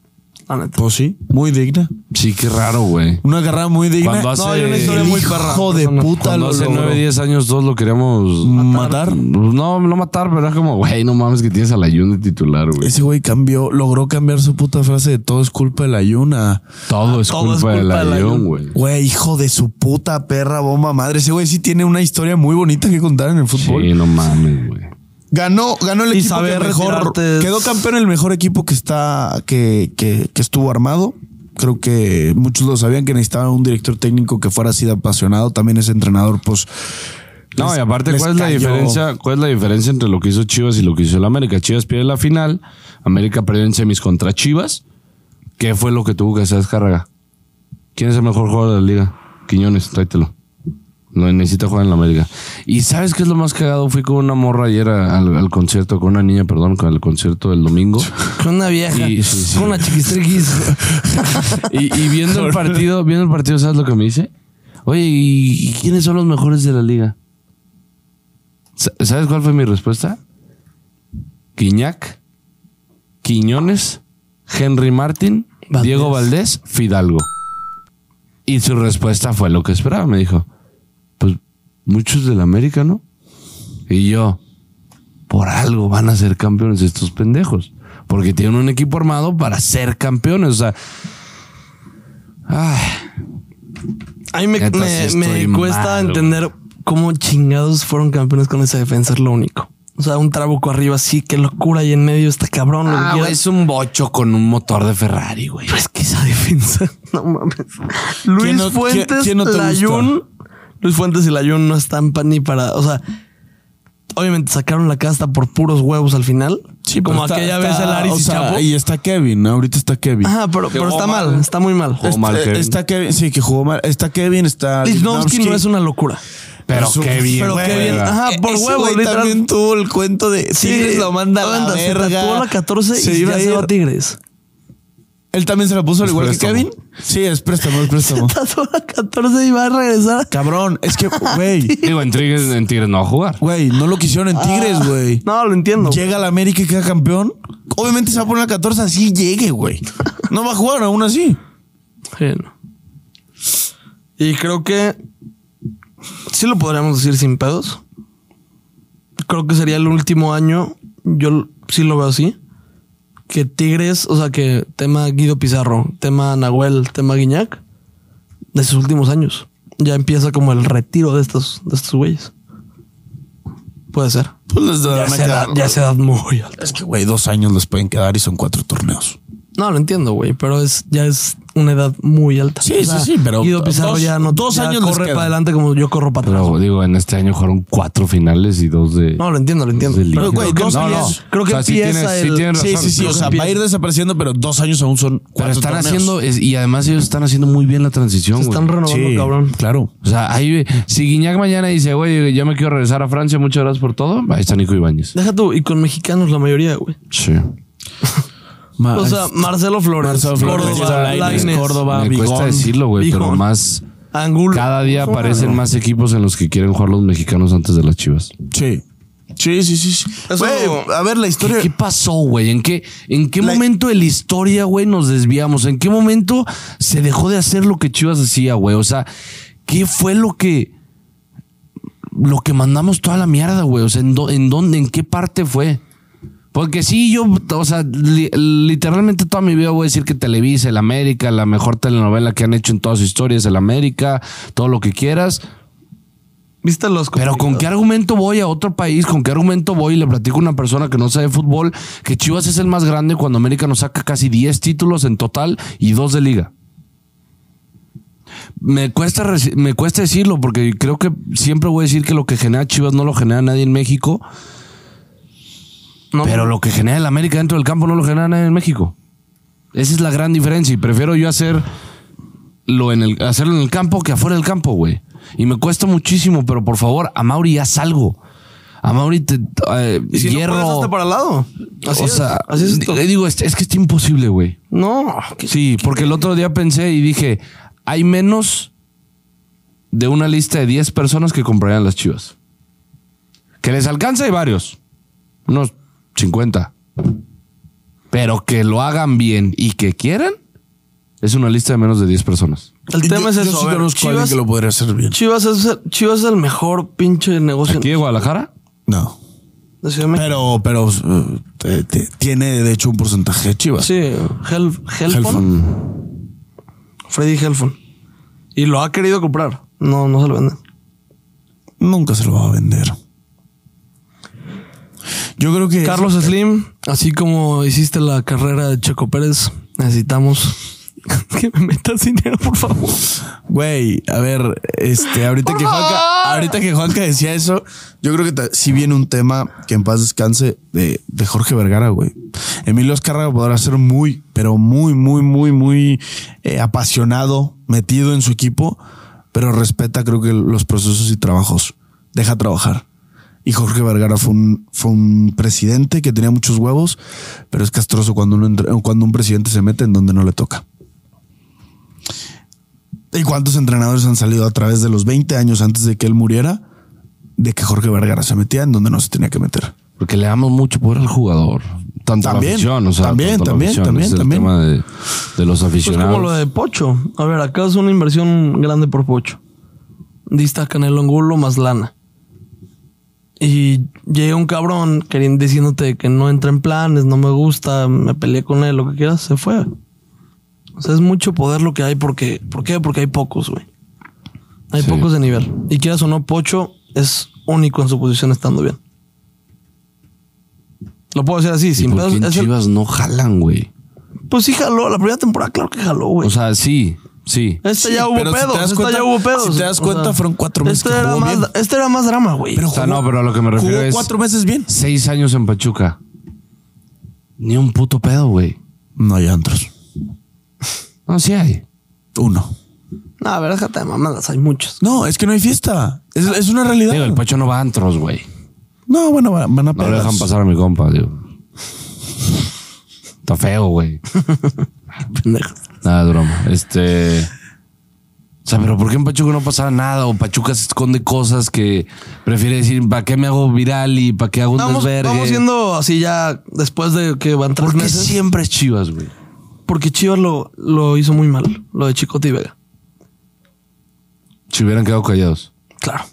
La neta.
Pues sí, muy digna.
Sí, qué raro, güey.
Una carrera muy digna.
Cuando hace-
no, hay una historia
el
muy
hijo
perra.
de
de
puta
puta
Cuando hace 9, 10 años todos lo queríamos pues,
matar.
No, no matar, pero era como, güey, no mames que tienes a la Jun de titular, güey.
Ese güey cambió, logró cambiar su puta frase de todo es culpa de la yuna.
Todo es
todo es
culpa de
culpa
la
de la
Jun,
Jun.
güey.
Güey, hijo de su puta perra bomba madre. Ese güey sí tiene una historia muy bonita que contar en el fútbol.
Sí, no mames, güey.
Ganó, ganó el
Y
equipo
saber
que mejor
retirarte es-
quedó campeón el mejor equipo que está que, que, que estuvo armado. Creo que muchos lo sabían que necesitaban un director técnico que fuera así de apasionado. También ese entrenador, pues.
No,
les-
y aparte,
les
¿cuál es la
cayó.
diferencia? ¿Cuál es la diferencia entre lo que hizo Chivas y lo que hizo el América? Chivas pierde la final, América perdió en semis contra Chivas. ¿Qué fue lo que tuvo que hacer Azcárraga? ¿Quién es el mejor jugador de la liga? Quiñones, tráetelo. No necesita jugar en la América. ¿Y sabes qué es lo más cagado? Fui con una morra ayer a- al, al concierto, con una niña, perdón, con el concierto del domingo.
Con una vieja.
Sí, sí, sí.
Con una chiquistriquis.
Y, y viendo el partido, viendo el partido, ¿sabes lo que me dice? Oye, ¿y y quiénes son los mejores de la liga? Sa- ¿Sabes cuál fue mi respuesta? Quiñac, Quiñones, Henry Martin,
Valdés.
Diego Valdés, Fidalgo. Y su respuesta fue lo que esperaba. Me dijo, pues muchos del América, ¿no? Y yo, por algo van a ser campeones estos pendejos. Porque tienen un equipo armado para ser campeones. O sea,
Ah,
ay,
A mí me,
Neta,
me-
sí
me
estoy
cuesta
mal,
entender cómo chingados fueron campeones con esa defensa, es lo único. O sea, un trabuco arriba, sí, qué locura. Y en medio está cabrón, lo que
ah, güey,
quieras.
es un bocho con un motor de Ferrari, güey.
Pero es que esa defensa, no mames. Luis
no-
Fuentes,
quién- quién no te
Layún. Luis Fuentes y Layún no están pa- ni para. O sea, obviamente sacaron la casta por puros huevos al final. como
pero
aquella
está-
vez el
está-
Aris
o
y
sea,
Chapo.
Y está Kevin, ahorita está Kevin.
Ajá, pero, pero
Jugó
está
mal.
mal, está muy mal.
Jugó
Está-
mal Kevin.
Está Kevin, sí, que jugó mal. Está Kevin, está.
Lichnowsky no es una locura.
Pero
Pero
qué bien.
pero qué
juega.
bien. Ajá,
Eh,
por
ese
huevo,
güey
literal.
también tuvo el cuento de Tigres lo manda a la
anda,
verga.
Se tatuó la 14
Se
y
iba
ya
a
se
ir.
va a Tigres.
Él también se la puso al
Es
igual
préstamo.
que Kevin. Sí, es préstamo, es
Se
préstamo.
tatuó la 14 y va a regresar.
Cabrón, es que, güey,
Digo, en Tigres, en Tigres no va a jugar.
güey, no lo quisieron en Tigres, güey.
No, lo entiendo.
Llega al América y queda campeón. Obviamente se va a poner la 14 así llegue, güey. No va a jugar aún así.
Bueno. Y creo que sí lo podríamos decir sin pedos. Creo que sería el último año. Yo l- sí lo veo así. Que Tigres, o sea, que tema Guido Pizarro, tema Nahuel, tema Guiñac, de sus últimos años. Ya empieza como el retiro de estos, de estos güeyes. Puede ser.
Pues les
Ya
van a
se, da,
quedar.
ya se da muy alta.
Es que, güey, dos años les pueden quedar y son cuatro torneos.
No, lo entiendo, güey, pero es ya es una edad muy alta.
Sí, sí, sí, pero
Guido Pizarro
dos-
ya no
dos
ya
años les
corre
quedan.
para adelante como yo corro para atrás.
Pero digo, en este año jugaron cuatro finales y dos de.
No, lo entiendo, lo entiendo.
Del
Pero,
güey,
creo que
dos
empie-
años.
creo que
O sea, sí
empieza
tienes- sí
el
tienes
Sí,
razón,
sí, sí.
creo
O
que
sea, va a ir desapareciendo, pero dos años aún son
Pero
cuatro
están
torneos.
haciendo. es- y además ellos están haciendo muy bien la transición.
se están
güey.
renovando,
Sí,
cabrón.
claro.
O sea, ahí, si Guiñac mañana dice, güey, yo me quiero regresar a Francia, muchas gracias por todo, ahí está Nico Ibáñez.
Deja tú, y con mexicanos la mayoría, güey.
Sí.
Ma-
O sea, Marcelo Flores,
Ah, Marcelo Flores,
Córdoba,
Lainez,
Lainez,
Córdoba.
Me
Bigón,
cuesta decirlo, güey, pero
Bigón.
más.
Angulo.
Cada día aparecen más equipos en los que quieren jugar los mexicanos antes de las chivas.
Sí. Sí, sí, sí. sí.
Eso-
Güey, a ver, la historia.
¿Qué, qué pasó, güey? ¿En qué, en qué
La-
momento de la historia, güey, nos desviamos? ¿En qué momento se dejó de hacer lo que Chivas hacía, güey? O sea, ¿qué fue lo que. Lo que mandamos toda la mierda, güey? O sea, ¿en, dó- en dónde, en qué parte fue? Porque sí, yo, o sea, li- literalmente toda mi vida voy a decir que Televisa, el América, la mejor telenovela que han hecho en todas sus historias, el América, todo lo que quieras.
¿Viste los
Pero ¿con qué argumento voy a otro país? ¿Con qué argumento voy y le platico a una persona que no sabe fútbol que Chivas es el más grande cuando América nos saca casi 10 títulos en total y 2 de liga? Me cuesta, reci- me cuesta decirlo porque creo que siempre voy a decir que lo que genera Chivas no lo genera nadie en México,
No,
pero lo que genera el América dentro del campo no lo genera nadie en México. Esa es la gran diferencia y prefiero yo hacer lo en el, hacerlo en el campo que afuera del campo, güey. Y me cuesta muchísimo, pero por favor, a Mauri haz algo. A Mauri te, eh,
Y si no
hierro.
puedes, hazte para el lado. Así
o
es,
sea,
así es esto.
di- digo, es, es que está imposible, güey.
No, que-
Sí, porque el otro día pensé y dije, hay menos de una lista de 10 personas que comprarían las chivas. Que les alcanza hay varios. Unos 50. Pero que lo hagan bien y que quieran, es una lista de menos de 10 personas.
El tema
Yo-
es eso.
Yo sí
a ver,
conozco a alguien
Chivas,
que lo podría hacer bien.
Chivas es, Chivas es el mejor pinche negocio
Aquí en Guadalajara,
No.
de Ciudad de México.
Pero, pero eh, te- te- tiene de hecho un porcentaje de Chivas.
Sí, Hel- Helfon. Freddy Helfon. Y lo ha querido comprar. No, no se lo venden.
Nunca se lo va a vender. Yo creo que
Carlos Slim, así como hiciste la carrera de Checo Pérez, necesitamos que me metas dinero, por favor.
Güey, a ver, este, ahorita
¡Por
que Juanca,
favor!
ahorita que Juanca decía eso, yo creo que ta- sí viene un tema que en paz descanse de, de Jorge Vergara, güey. Emilio Azcárraga podrá ser muy, pero muy, muy, muy, muy eh, apasionado, metido en su equipo, pero respeta, creo que los procesos y trabajos. Deja trabajar. Y Jorge Vergara fue un, fue un presidente que tenía muchos huevos, pero es castroso cuando, uno entra- cuando un presidente se mete en donde no le toca. ¿Y cuántos entrenadores han salido a través de los 20 años antes de que él muriera? De que Jorge Vergara se metía en donde no se tenía que meter.
porque le damos mucho poder al jugador. Tanto a
También,
la afición, o sea,
también,
tanto a la
también,
afición.
también,
Es el
también.
tema de, de los
Pues como lo
aficionados.
de Pocho. A ver, acá es una inversión grande por Pocho. Dista Canelo Angulo más lana. Y llega un cabrón queriendo, diciéndote que no entra en planes, no me gusta, me peleé con él, lo que quieras, se fue. O sea, es mucho poder lo que hay porque... ¿Por qué? Porque hay pocos, güey. Hay
Sí.
pocos de nivel. Y quieras o no, Pocho es único en su posición estando bien. Lo puedo decir así,
¿Y
sin
por
pedos.
qué en
es el-
Chivas no jalan, güey?
pues sí jaló, la primera temporada claro que jaló, güey.
O sea, sí, sí.
Esta
Sí,
Este ya hubo
pero si te
pedos,
das
esta
cuenta-
ya hubo pedos.
si te das
O
cuenta, fueron cuatro meses
Este,
que
era
jugó
más,
bien.
este era más drama, güey.
Pero
O sea, no, pero a lo que me refiero
jugó
es-
cuatro meses bien.
Seis años en Pachuca. Ni un puto pedo, güey.
No hay antros.
No, sí hay.
Uno.
No, a ver, déjate de mamadas, hay muchos.
No, es que no hay fiesta. Es, es una realidad.
Digo, el Pacho no va a antros, güey.
No, bueno, van van a
No
pedas.
lo dejan pasar a mi compa, digo. Está feo, güey.
Pendejas.
Nada, es broma. Este. O sea, pero ¿por qué en Pachuca no pasa nada? O Pachuca se esconde cosas que prefiere decir, ¿para qué me hago viral y para qué hago un
Vamos,
Pues desvergue?
vamos siendo así ya después de que van tres
¿Por qué
meses.
siempre es Chivas, güey?
Porque Chivas lo, lo hizo muy mal, lo de Chicote y Vega.
Si hubieran quedado callados.
Claro.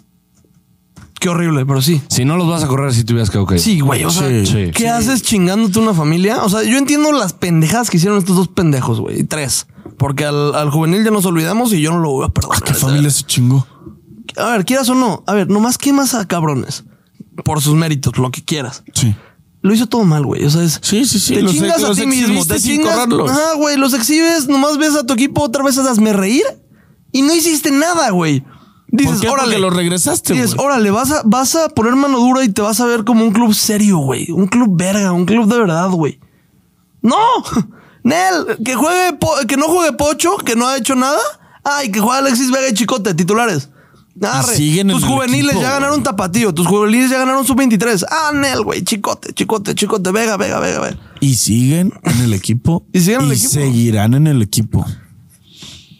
Qué horrible, pero sí.
Si no los vas a correr, si te hubieras quedado callado.
Sí, güey. O sea,
Sí,
sí.
¿qué haces chingándote una familia? O sea, yo entiendo las pendejadas que hicieron estos dos pendejos, güey. y Tres. Porque al, al juvenil ya nos olvidamos y yo no lo voy a perdonar.
Ah, ¿Qué familia se chingó?
A ver, quieras o no. A ver, nomás quemas a cabrones. Por sus méritos, lo que quieras.
Sí.
Lo hizo todo mal, güey. O sea, es.
Sí, sí, sí,
Te
los
chingas
ex-
a
los
ti mismo.
exhibiste
Te
sin
chingas.
correrlos.
Ajá, güey. Los exhibes, nomás ves a tu equipo otra vez, hazme reír. Y no hiciste nada, güey. Dices,
¿Por qué? Porque
órale.
lo regresaste,
Dices,
güey.
órale, vas a, vas a poner mano dura y te vas a ver como un club serio, güey. Un club verga, un club de verdad, güey. ¡No! Nel, que juegue, Po- que no juegue Pocho, que no ha hecho nada. Ay, que juegue Alexis Vega y Chicote, titulares. Arre,
Y siguen en
tus
el
juveniles
equipo,
ya ganaron tapatío, tus juveniles ya ganaron sub-23. Ah, Nel, güey, Chicote, Chicote, Chicote, Vega, Vega, Vega, Vega.
Y siguen en el equipo.
Y siguen en el equipo.
seguirán en el equipo.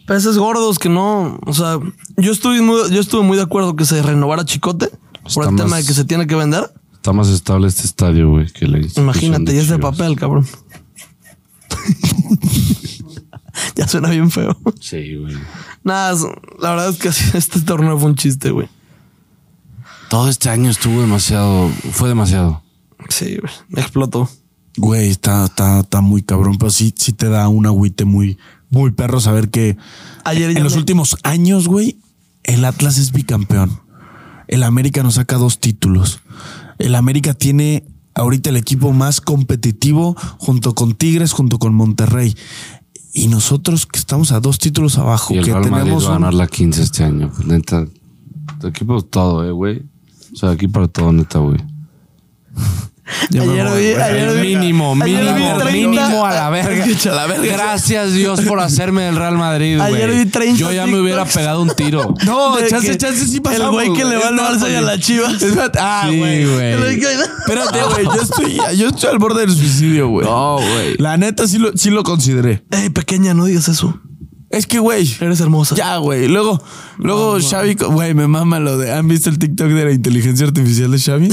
Peces gordos que no, o sea, yo estuve muy, yo estuve muy de acuerdo que se renovara Chicote por
Está
el tema
más-
de que se tiene que vender.
Está más estable este estadio, güey, que la institución
Pues Imagínate,
de
ya es de
Chivas.
papel, cabrón. ya suena bien feo.
Sí, güey.
Nada, es- la verdad es que así- este torneo fue un chiste, güey.
Todo este año estuvo demasiado. Fue demasiado.
Sí, güey. Me explotó.
Güey, está, está, está muy cabrón, pero sí, sí te da un agüite muy, muy perro saber que
Ayer ya
en los
me-
últimos años, güey, el Atlas es bicampeón. El América nos saca dos títulos. El América tiene ahorita el equipo más competitivo junto con Tigres, junto con Monterrey. Y nosotros que estamos a dos títulos abajo,
Y el
que
Real Madrid
tenemos
va a
un-
ganar la 15 este año. pues, Neta. De aquí para todo, eh, güey. O sea, de aquí para todo, neta, güey.
Ya me
Ayer
voy,
vi-
güey.
ayer vi- ayer vi 30 Escucha, la verga.
Gracias Dios por hacerme el Real Madrid,
Ayer vi 30
Yo ya me
TikToks.
hubiera pegado un tiro.
No,
De
chance,
que
chance sí pasamos.
El güey que le va
Es
al Barça y a la Chivas.
Espérate. Ah,
Sí,
güey.
güey.
El güey que-
Espérate, güey. Yo estoy, yo estoy al borde del suicidio, güey.
No, güey.
La neta sí lo, sí lo consideré.
Ey, pequeña, no digas eso.
Es que, güey.
Eres hermosa.
Ya, güey. Luego, luego Xavi, co- güey, me mama lo de. ¿Han visto el TikTok de la inteligencia artificial de Xavi?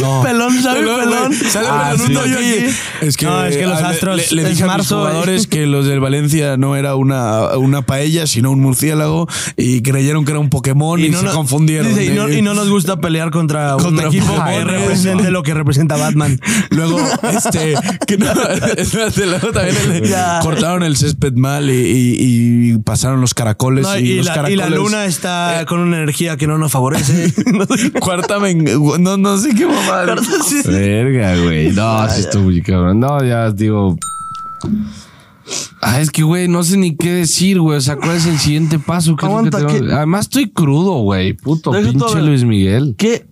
No.
Pelón, ¿sabe
Pelón,
pelón?
güey. Sale
Ah,
pelón un
sí.
hoyo
Aquí.
aquí. Es que,
No, es que los
ah, le-
Astros
Le, le
es
dije a mis
marzo,
jugadores que los del Valencia no era una, una paella, sino un murciélago y creyeron que era un Pokémon y,
no
se
nos-
confundieron.
dice, y, no,
Eh,
y no nos gusta pelear contra,
Contra
un equipo
Pokémon,
que
¿no?
represente lo que representa Batman.
Luego, este, que no, espérate, luego también le-
Ya.
cortaron el césped mal y, y- y pasaron los caracoles
No,
y,
y,
los
la, y
caracoles.
la luna está con una energía que no nos favorece. No sé.
Cuarta, veng- no, no sé qué mamada.
Sí, sí.
Verga, güey. No, sí estuvo muy cabrón. No, ya digo. Ah, es que, güey, no sé ni qué decir, güey. O sea, ¿cuál es el siguiente paso? ¿Qué es lo que
Aguanta,
tenemos?
¿qué?
Además, estoy crudo, güey. Puto,
Deja todo
pinche
el-
Luis Miguel.
¿Qué,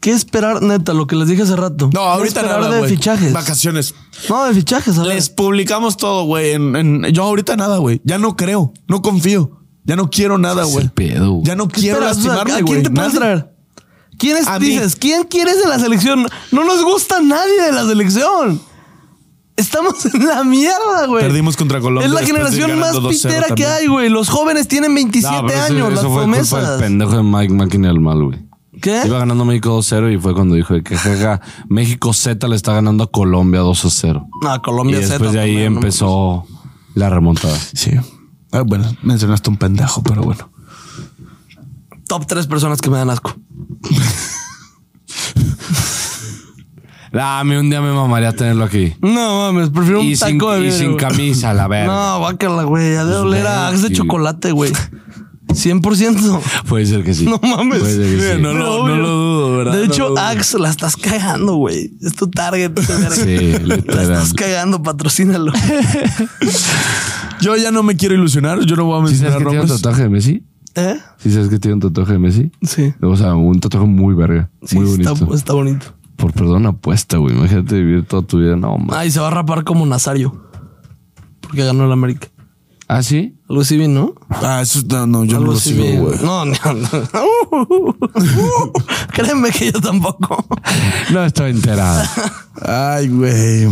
¿Qué esperar, neta? Lo que les dije hace rato.
No,
¿Qué
ahorita
esperar
nada,
de
güey.
fichajes.
Vacaciones.
No, de fichajes. a ver.
Les publicamos todo, güey. en- en- yo ahorita nada, güey. Ya no creo, no confío. Ya no quiero nada,
Es el
güey.
pedo, güey.
Ya no
¿Qué
quiero
esperas? O sea,
lastimarme,
¿A
güey.
quién te puedes
Nadie.
traer? ¿Quién es,
A mí.
dices, quién quieres de la selección? No nos gusta nadie de la selección. Estamos en la mierda, güey.
Perdimos contra Colombia
Es la
después de ir
generación más
ganando 2-0
pitera que
también.
hay, güey. Los jóvenes tienen 27
No, pero eso-
años,
eso
las
fue culpa del
promesas. ¿Eh?
pendejo de Mike McKinney mal, güey.
¿Qué?
Iba ganando México 2-0 y fue cuando dijo de que jaja, México Z le está ganando a Colombia 2-0.
No,
Y
Colombia
después
Z
de ahí
también, ¿no?
empezó la remontada.
Sí. Ah, bueno, mencionaste un pendejo, pero bueno.
Top tres personas que me dan asco.
Ah, a mí un día me mamaría tenerlo aquí.
No mames, prefiero un
Y sin,
taco de
y
vidrio,
sin
güey.
camisa, la verga. Pues
No, bácala, güey. Ya de oler a Axe de
güey.
chocolate, güey. 100%.
Puede ser que sí.
No mames.
Puede ser que sí.
no lo- no lo dudo, ¿verdad?
De
No
hecho,
lo dudo.
Axe la estás cagando, güey. Es tu target. verga.
Sí,
la
literal.
estás cagando, patrocínalo.
Yo ya no me quiero ilusionar, yo no voy a
¿Sí sabes
mencionar
que tiene un
nombres.
tatuaje de Messi?
¿Eh?
¿Sí sabes que tiene un tatuaje de Messi?
Sí.
O sea, un tatuaje muy verga.
Sí,
muy
está-
bonito.
Está, bonito.
Por perdón, apuesta, güey. Imagínate vivir toda tu vida. No, mames.
Ay, Ah, se va a rapar como Nazario. Porque ganó el América.
¿Ah, sí?
Algo así bien, ¿no?
Ah, eso no, no, yo no
Algo
lo
así
sigo,
bien.
güey.
No, no, no. Créeme que yo tampoco.
No estoy enterada.
Ay, güey.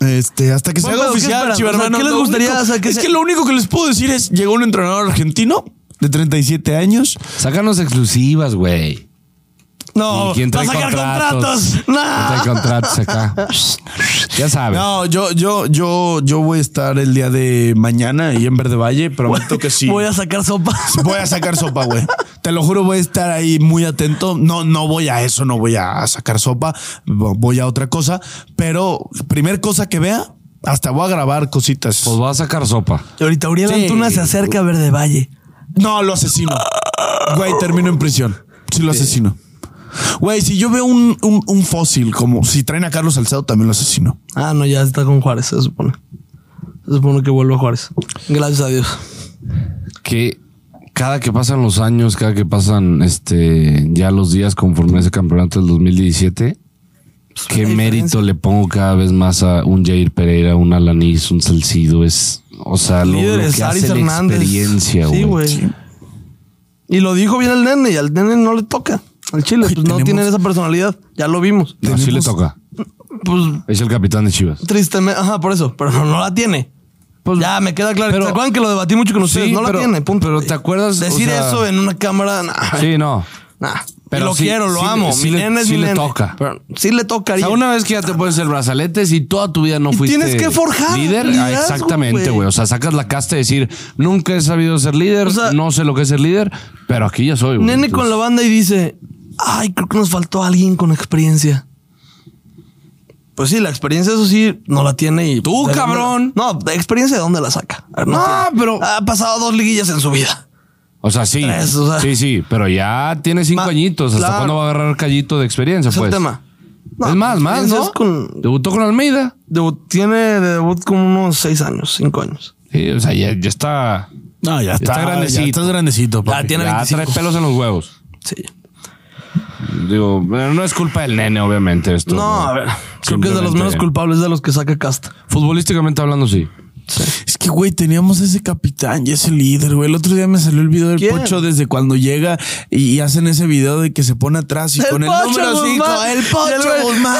Este, hasta que se
Bueno,
haga
pero ¿qué
oficial,
esperan? O
chivermanos,
sea, ¿qué les
lo
gustaría?
único-
O sea, que
es
se-
que lo único que les puedo decir es: llegó un entrenador argentino de 37 años.
Sácanos exclusivas, güey.
No,
¿Y quién trae
va a sacar
contratos?
contratos. No.
Hay contratos acá. ya sabes.
No, yo, yo, yo, yo voy a estar el día de mañana y en Verde Valle. Prometo que sí.
Voy a sacar sopa.
Voy a sacar sopa, güey. Te lo juro, voy a estar ahí muy atento. No, no voy a eso, no voy a sacar sopa, voy a otra cosa. Pero primer cosa que vea, hasta voy a grabar cositas.
Pues va a sacar sopa.
Y ahorita Uriel
Sí.
Antuna se acerca a Verde Valle.
No, lo asesino. Güey, termino en prisión. Sí, lo asesino. Güey, si yo veo un, un- un fósil, como si traen a Carlos Salcedo, también lo asesino.
Ah, no, ya está con Juárez, se supone. Se supone que vuelve a Juárez. Gracias a Dios.
que cada que pasan los años, cada que pasan este ya los días conforme a ese campeonato del 2017, qué
la
mérito le pongo cada vez más a un Jair Pereira, un Alanis, un Salcido, es o sea, lo, lo
Líderes,
que
Aris
hace la
Hernández.
experiencia,
Sí,
güey.
güey. Y lo dijo bien el nene, y al nene no le toca. Al chile, pues no
tenemos-
tienen esa personalidad. Ya lo vimos.
No, sí le toca.
Pues
Es el capitán de Chivas.
tristemente, ajá, por eso. Pero no, no la tiene. ya, me queda claro.
Pues, pero-
¿Se acuerdan que lo debatí mucho con ustedes?
Sí,
no la
pero-
tiene, punto.
pero ¿te acuerdas? O
Decir
sea-
eso en una cámara, nah.
Sí, no.
Nah.
Pero
lo
sí-
quiero, lo
sí le-
amo.
sí
mi
le-
nene es
sí
mi
le
nene.
toca.
Pero sí le toca.
O sea,
Ariel.
una vez que ya te pones el brazalete, si toda tu vida no
Y
fuiste
tienes que forjar
líder, ah,
liderazgo,
exactamente,
güey.
güey. O sea, sacas la casta y decir, nunca he sabido ser líder,
O sea-
no sé lo que es ser líder, pero aquí ya soy. güey.
Nene con la banda y dice, ay, creo que nos faltó alguien con experiencia. Pues sí, la experiencia, eso sí, no la tiene y...
Tú,
¿de dónde-
cabrón.
No, ¿de experiencia de dónde la saca? A ver, No,
Ah,
tiene.
pero-
Ha pasado dos liguillas en su vida.
O sea, sí.
Tres, o sea.
sí, sí, pero ya tiene cinco
Ma-
añitos. ¿Hasta
claro.
cuándo va a agarrar callito de experiencia?
Es
pues?
el tema. No,
es más, más,
experiencia
¿no?
es con-
Debutó con Almeida.
Debu- tiene de debut como unos seis años, cinco años.
Sí, o sea, ya, ya está.
No, ya
está, ya estás
grandecito,
papi. Tiene
ya
25.
trae pelos en los huevos.
Sí.
Digo, pero no es culpa del nene, obviamente, esto.
No, a ver. Creo que es de los
Simplemente-
menos culpables de los que saca Casta.
Futbolísticamente hablando, sí.
Es que, güey, teníamos ese capitán y ese líder, güey. El otro día me salió el video del
¿Quién?
Pocho desde cuando llega y, y hacen ese video de que se pone atrás y
¡El
con el
Pocho
número 5,
Guzmán!
el
Y el
Pocho
güey- ¡Ah!
Guzmán.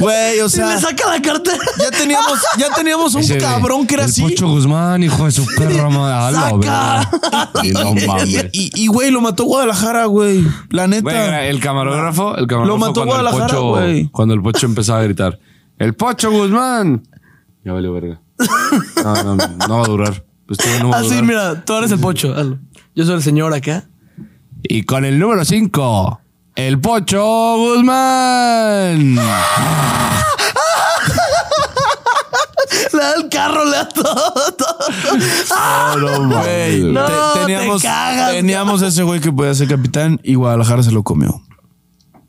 Güey, o
Y le
sea,
saca la cartera.
ya teníamos, ya teníamos un
Ese de-
cabrón que era
el
así.
Pocho Guzmán, hijo de su perro,
Saca.
No mames.
Y, y, güey, lo mató Guadalajara, güey. La neta.
Güey, era el camarógrafo, el camarógrafo
Lo mató
cuando el
Guadalajara, güey.
pocho, cuando el pocho empezaba a gritar, "El Pocho Guzmán." Ya valió verga. No, no, no, no va a durar. Pues tú no va a
Así,
durar.
Ah, mira, tú eres el pocho. hazlo. Yo soy el señor acá.
Y con el número 5, el Pocho Guzmán.
Le da el carro, le da todo. todo.
Güey,
güey.
No,
te- teníamos,
te cagas.
teníamos ese güey que podía ser capitán y Guadalajara se lo comió.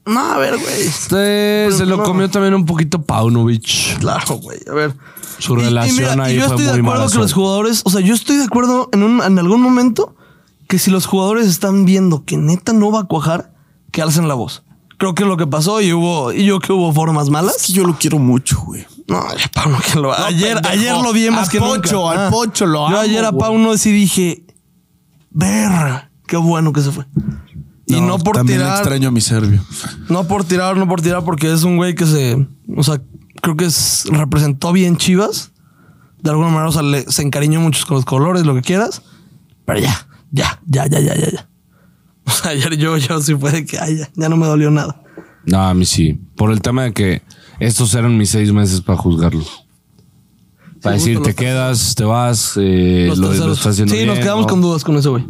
No, a ver, güey.
Este se lo comió también un poquito Paunovic.
Claro, güey. A ver.
Su
Y- y
relación
mira,
ahí
y yo
fue
estoy de
muy
acuerdo
mala.
que los
suerte.
jugadores, o sea, yo estoy de acuerdo en, un- en algún momento que si los jugadores están viendo que neta no va a cuajar, que alcen la voz. Creo que es lo que pasó y hubo, y yo que hubo formas
Es
malas.
que yo lo quiero mucho, güey.
No, ya Pauno que lo Ayer,
pendejo.
ayer lo vi más
A
que
Pocho,
nunca. Ah.
al Pocho lo
Yo
amo,
ayer a
güey.
Pauno sí dije, ver, qué bueno que se fue. y no por
También
tirar,
extraño a mi serbio.
no por tirar, no por tirar, porque es un güey que se, o sea, creo que es- representó bien Chivas. De alguna manera, o sea, le- se encariñó mucho con los colores, lo que quieras. Pero ya, ya, ya, ya, ya, ya, ya. O sea, ayer yo, yo sí fue de que, ay, ya, ya no me dolió nada.
No, a mí sí. Por el tema de que estos eran mis seis meses para juzgarlo. Para
Sí,
decir,
justo
te
los tres-
quedas, te vas, eh, lo, lo
terceros.
está haciendo
Sí, nos
bien,
quedamos
¿no?
con dudas con ese güey.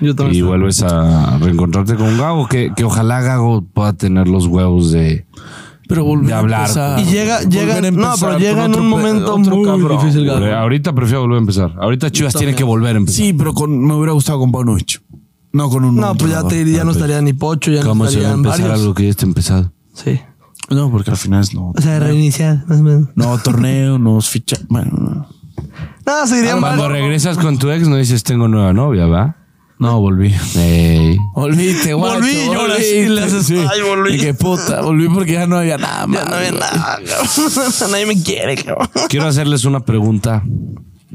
Yo también.
Y
estoy-
vuelves a reencontrarte con Gago, que, que ojalá Gago pueda tener los huevos de...
Pero
De
volver a
hablar,
empezar.
Y llega-
Ah, Volver
llega-
a
no,
empezar
pero
con
llega en
otro
un
pe-
momento
otro
muy difícil, Gago.
Hombre, Ahorita prefiero volver a empezar. Ahorita Chivas tiene
también.
que volver a empezar.
Sí, pero con, me hubiera gustado con Paunovic. No con un
No, pues ya te diría, ya no estaría ni Pocho, ya no
¿Cómo se va a
estarían
empezar
varios.
algo que ya está empezado?
Sí.
No, porque al final es no.
O sea, reiniciar, más o menos.
No torneo, no ficha. Bueno, no.
No, se dirían
Cuando
varios.
regresas con tu ex no dices, tengo nueva novia, ¿va?
No, volví.
Ey.
Volviste, guacho.
Volví, y ahora sí le haces, "Ay, volví".
Y qué puta, volví porque ya no había nada más.
Ya no había nada, cabrón. Nadie me quiere, cabrón.
Quiero hacerles una pregunta.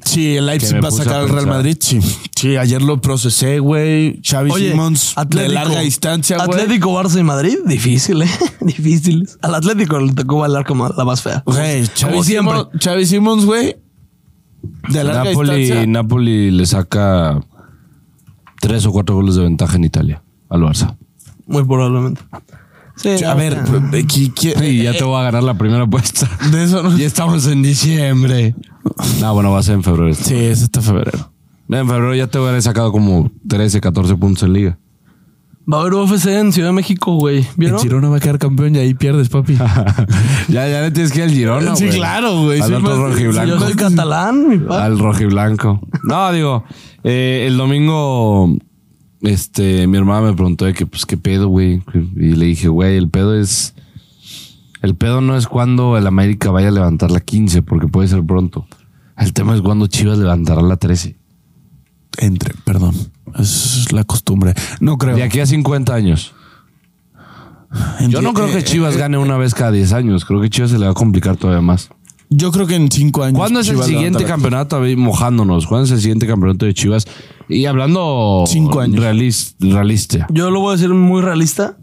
Sí,
Que
el Leipzig
me
va a
puse
sacar
a
al Real
pensar.
Madrid, sí. Sí, ayer lo procesé, güey. Xavi Simons de larga distancia, güey.
Atlético, Barça y Madrid, difícil, ¿eh? Difíciles. Al Atlético le tocó bailar como la más fea.
Güey,
Como
Xavi
siempre.
Simons, Xavi Simons, güey. De larga distancia.
Napoli, Napoli le saca tres o cuatro goles de ventaja en Italia al Barça.
Eh,
Muy probablemente. Sí, eh,
A
no,
ver,
no.
de qui- qui-
Y ya te voy a ganar la primera apuesta.
de eso no.
Ya estamos en diciembre. No, bueno, va a ser en febrero. este.
Sí, es hasta febrero.
En febrero ya te haber sacado como 13, 14 puntos en liga.
Va a haber UFC en Ciudad de México, güey. ¿Vieron?
El Girona va a quedar campeón y ahí pierdes, papi.
Ah. ya, ya le tienes que ir al Girona,
Sí,
güey.
claro, güey.
Al
Soy
otro
más-
Yo
rojiblanco.
soy catalán, mi padre.
Al rojiblanco. No, digo, eh, el domingo, este, mi hermana me preguntó de que, pues, qué pedo, güey. Y le dije, güey, el pedo es. El pedo no es cuando el América vaya a levantar la 15, porque puede ser pronto. El tema es cuando Chivas levantará la 13.
Entre, perdón. Es la costumbre. No creo.
De aquí a 50 años. Yo
Enti-
no creo
eh,
que Chivas
eh,
gane una vez cada 10 años. Creo que Chivas se le va a complicar todavía más.
Yo creo que en cinco años.
¿Cuándo es el
Chivas
siguiente
levanta la-
campeonato? A ver, mojándonos. ¿Cuándo es el siguiente campeonato de Chivas? Y hablando.
Cinco años.
realis- realista.
Yo lo voy a decir muy realista.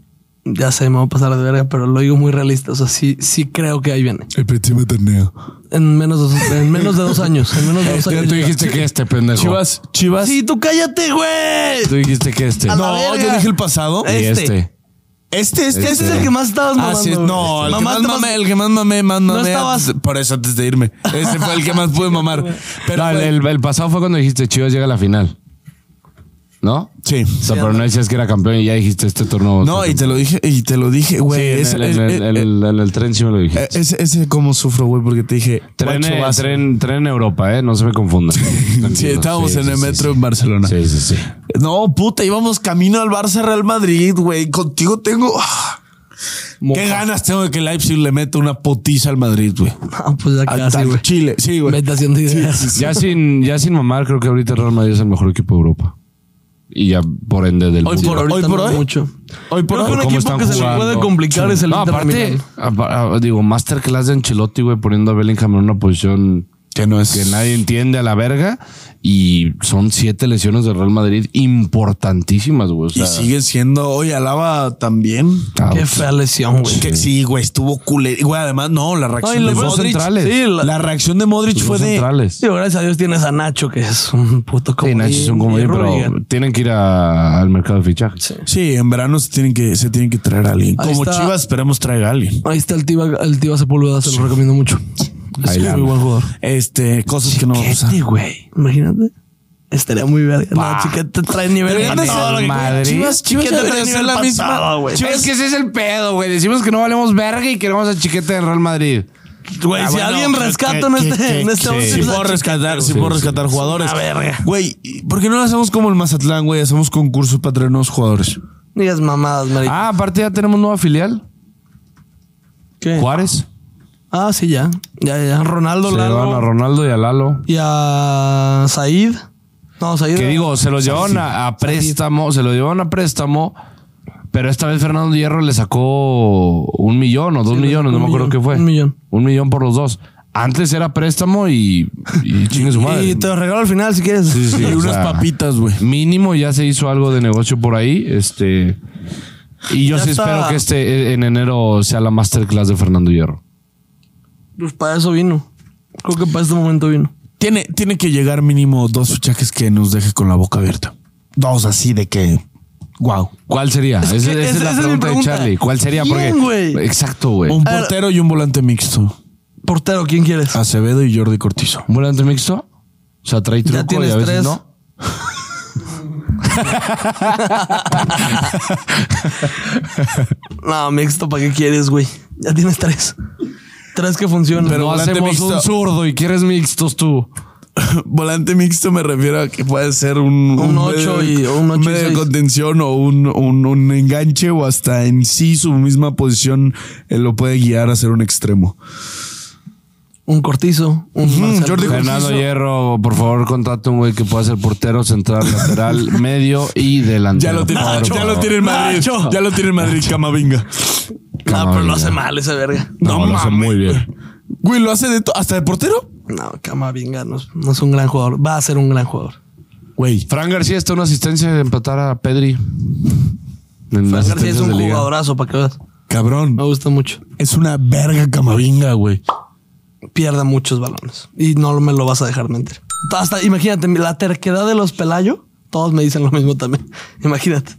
Ya sé, me voy a pasar de verga, pero lo digo muy realista. O sea, sí, sí creo que ahí viene.
El próximo torneo.
En menos de dos, en menos de dos años. En menos de dos
Tú
años.
dijiste que este pendejo.
Chivas, Chivas.
Sí, tú cállate, güey.
Tú dijiste que este.
A la
no,
verga.
yo dije el pasado.
Eh,
y
este.
este.
Este, este,
Este es el que más estabas
Ah,
mamando.
sí,
güey.
no, el que, más
Mamaste
mamé, el que más mamé, más mamé.
estabas-
antes- por eso antes de irme. Ese fue el que más pude mamar. Pero
No, el,
fue-
el- el pasado fue cuando dijiste Chivas llega a la final. ¿No?
sí.
O sea, pero no decías que era campeón y ya dijiste este torneo.
No, y te lo dije, y te lo dije,
Sí,
güey.
en
ese-
el, en el-
eh,
en el- en el tren sí me lo dijiste.
eh, ese, ese como sufro, güey, porque te dije.
Tren,
guacho,
eh,
vas.
tren, tren Europa, ¿eh? No se me confundan.
Sí,
Tranquilo.
estábamos
Sí,
en
sí,
el
sí,
metro
sí.
en Barcelona.
Sí, sí, sí.
No, puta, íbamos camino al Barça Real Madrid, güey. Contigo tengo. ah,
Moja.
¿Qué ganas tengo de que Leipzig le meta una potiza al Madrid, güey?
Ah, pues ya
Al
casi,
al
güey.
Chile, sí, güey.
Vete haciendo ideas.
Ya sin, ya sin mamar, creo que ahorita el Real Madrid es el mejor equipo de Europa. Y ya por ende del
Hoy
mundo.
por, ahorita
Hoy por
no
hoy.
mucho.
Hoy
Creo
por
que
hoy.
un
¿Cómo
equipo
están
que se le
jugando?
puede complicar es el
No,
Inter de
aparte,
Milán.
apa- a- digo, masterclass de Ancelotti, güey, poniendo a Bellingham en una posición
Que no es.
que nadie entiende a la verga. Y son siete lesiones del Real Madrid importantísimas, güey. O
Y
sea,
sigue siendo. Oye, Alaba también.
ah,
Qué fea lesión, güey.
Que pues. sí, güey, estuvo culé. Güey, además, no, la
Ay,
reacción
lo
de
de
dos
Modric.
centrales.
Sí, la-
La reacción de Modric
los
fue
dos
de.
centrales.
Digo, gracias a Dios tienes a Nacho, que es un puto
Sí,
comodín.
Nacho es un
y
comodín, pero
Rudiger.
tienen que ir a- al mercado de fichajes.
Sí, en verano se tienen que, se tienen que traer a alguien.
Ahí
Como
está.
Chivas, esperemos traiga a alguien.
Ahí está el Tiba, el Tiba Sepúlveda, se lo recomiendo mucho. Es
Ahí la
muy
anda.
buen jugador.
Este, cosas que no va a pasar.
Chiquete, güey. Imagínate. Estaría muy verga.
Pa.
No, chiquete trae nivel
Deberían de ser-
Madrid.
Chivas, Chivas
Chiquete
debería
trae
ser
nivel
la misma-
pasado, Ah, güey.
Chivas-
Es que ese es el pedo, güey. Decimos que no valemos verga y queremos a Chiquete de Real Madrid.
Güey,
Ah,
si
bueno,
alguien
que-
rescata
que-
en
que-
este, en este
que-
once,
sí
es a
puedo rescatar, sí,
Sí,
puedo
sí.
rescatar jugadores.
una verga.
Güey, ¿y ¿por qué no lo hacemos como el Mazatlán, güey? Hacemos concursos para traer nuevos jugadores.
Chiquete. Digas mamadas, marico.
Ah, aparte ya tenemos nueva filial.
¿Qué?
Juárez.
Ah, sí, ya. Ya, ya. Ronaldo,
Se
Lalo
llevaron a Ronaldo y a Lalo.
y a Said. No, Said.
Que digo, se lo llevaron a, a préstamo, se lo llevaron a préstamo, pero esta vez Fernando Hierro le sacó un millón o
Sí,
dos
le
millones,
sacó
no me
un
acuerdo
millón,
qué fue.
un millón.
Un millón por los dos. Antes era préstamo y, y chingue su madre.
Y te lo regalo al final si quieres.
Sí, sí,
y
o
unas
sea,
papitas, güey.
Mínimo ya se hizo algo de negocio por ahí. Este. Y yo
Ya
sí
está.
espero que este eh, en enero sea la masterclass de Fernando Hierro.
Pues para eso vino. Creo que para este momento vino.
Tiene, tiene que llegar mínimo dos fichajes que nos deje con la boca abierta. Dos así de que. Wow.
¿Cuál sería? Esa-
que
esa es,
esa-
la
esa es mi
pregunta,
pregunta.
de Charlie. ¿Cuál sería?
¿Quién,
Porque.
güey? Oh.
Exacto, güey.
Un
¿Un
ver.
portero y un volante mixto.
Portero, ¿quién quieres?
Acevedo y Jordi Cortizo.
volante mixto? O sea, trae truco
ya tienes
y a veces
tres.
no.
No, mixto, ¿para qué quieres, güey? Ya tienes tres. Tres que funcionan.
Pero
volante
hacemos
mixto.
un zurdo y quieres mixtos tú.
Volante mixto me refiero a que puede ser un,
Un ocho
medio-
y- un ocho y
medio de
seis.
contención o un, un- un enganche o hasta en sí su misma posición eh, lo puede guiar a ser un extremo.
Un cortizo. Un Marcelo.
Jordi Cortizo.
Fernando Hierro, por favor, contrata un güey que pueda ser portero, central, lateral, medio y delantero.
Ya lo tiene,
Por
ya lo
favor.
tiene en Madrid.
Nacho.
Ya lo tiene en Madrid, Camavinga.
No, Ah, pero lo hace
Camavinga.
mal esa verga.
No,
No
lo hace
mames.
muy bien.
Güey, lo hace de to- hasta de portero.
No, Camavinga no, es- no es un gran jugador. Va a ser un gran jugador.
Güey,
Fran García está en una asistencia de empatar a Pedri. En las
García es
asistencias
un
de liga.
jugadorazo, para que veas.
cabrón.
Me gusta mucho.
Es una verga Camavinga, güey.
Pierda muchos balones. Y no me lo vas a dejar mentir. Hasta, imagínate, la terquedad de los Pelayo, todos me dicen lo mismo también. Imagínate.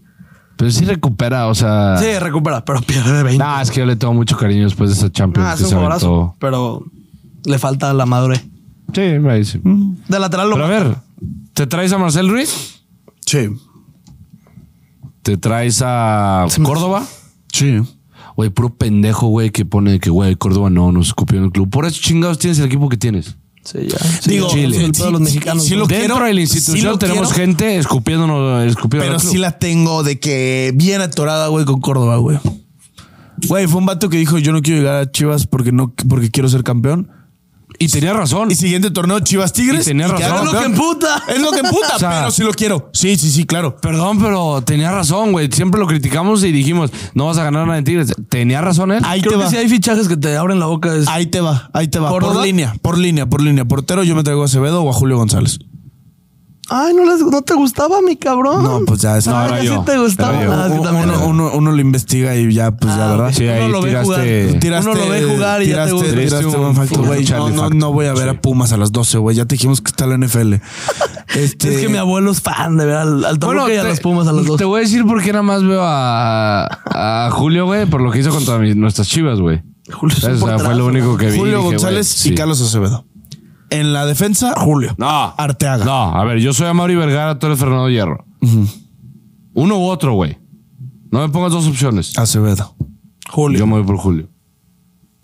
Pero sí recupera, o sea.
Sí, recupera, pero pierde 20.
Nah, es que yo le tengo mucho cariño después de esa Champions
Ah, es
que
un
se
jugadorazo,
aventó.
pero le falta la madurez.
Sí, me dice.
De lateral lo
Pero a ver, ¿te traes a Marcel Ruiz?
Sí,
¿Te traes a
Se me-
Córdoba?
sí.
Güey, puro pendejo, güey, que pone que, güey, Córdoba no nos escupió en el club. Por eso chingados tienes el equipo que tienes.
Sí, ya.
Digo,
Chile.
sí,
El pedo de los
sí,
mexicanos.
sí, sí lo
güey.
Dentro
quiero,
de la
sí
institución
lo
tenemos
quiero.
gente escupiéndonos, escupiendo
Pero
al club.
sí la tengo de que bien atorada, güey, con Córdoba, güey. Güey, fue un vato que dijo, yo no quiero llegar a Chivas porque no porque quiero ser campeón.
Y tenía razón.
Y siguiente torneo, Chivas Tigres.
Y tenía razón.
quedaron
Es lo que
campeón.
emputa.
Es lo que emputa,
O sea-
pero sí lo quiero. Sí, sí, sí, claro.
Perdón, pero tenía razón, güey. Siempre lo criticamos y dijimos, no vas a ganar nada en Tigres. Tenía razón él.
Ahí te
Creo
va.
que si hay fichajes que te abren la boca es
Ahí te va, ahí te va. Por
¿Córdoba?
línea, por línea, por línea. Portero, yo me traigo a Acevedo o a Julio González.
Ay, no, les- no te gustaba, mi cabrón.
No, pues ya es.
No,
era
ah, ya
yo.
sí te gustaba.
Era yo.
Ah, es que
uno,
también-
uno- uno- uno lo investiga y ya, pues ya, ¿verdad?
Sí, ahí
Uno lo ve
tiraste.
jugar.
Tiraste,
Uno lo ve jugar y ya te
tiraste-
gusta.
tiraste
Tiraste
buen
un
factor,
full
güey. No,
Charlie
no,
factor.
no voy a ver a Pumas a las 12, güey. Ya te dijimos que está la NFL. Este,
Es que mi abuelo es fan de ver al, al Toluca y a
te-
las Pumas a las dos.
Te voy a decir por qué nada más veo a, a Julio, güey, por lo que hizo contra mi- nuestras chivas, güey.
Julio es un
¿Sabes? O sea, fue lo
porterazo.
único que vi.
Julio
Dije, güey,
González y
sí.
Carlos Acevedo. En la defensa, Julio.
No.
Arteaga.
No, a ver, yo soy Amaury Vergara, tú eres Fernando Hierro. Uno u otro, güey. No me pongas dos opciones.
Acevedo.
Julio.
Yo me voy por Ah, Julio.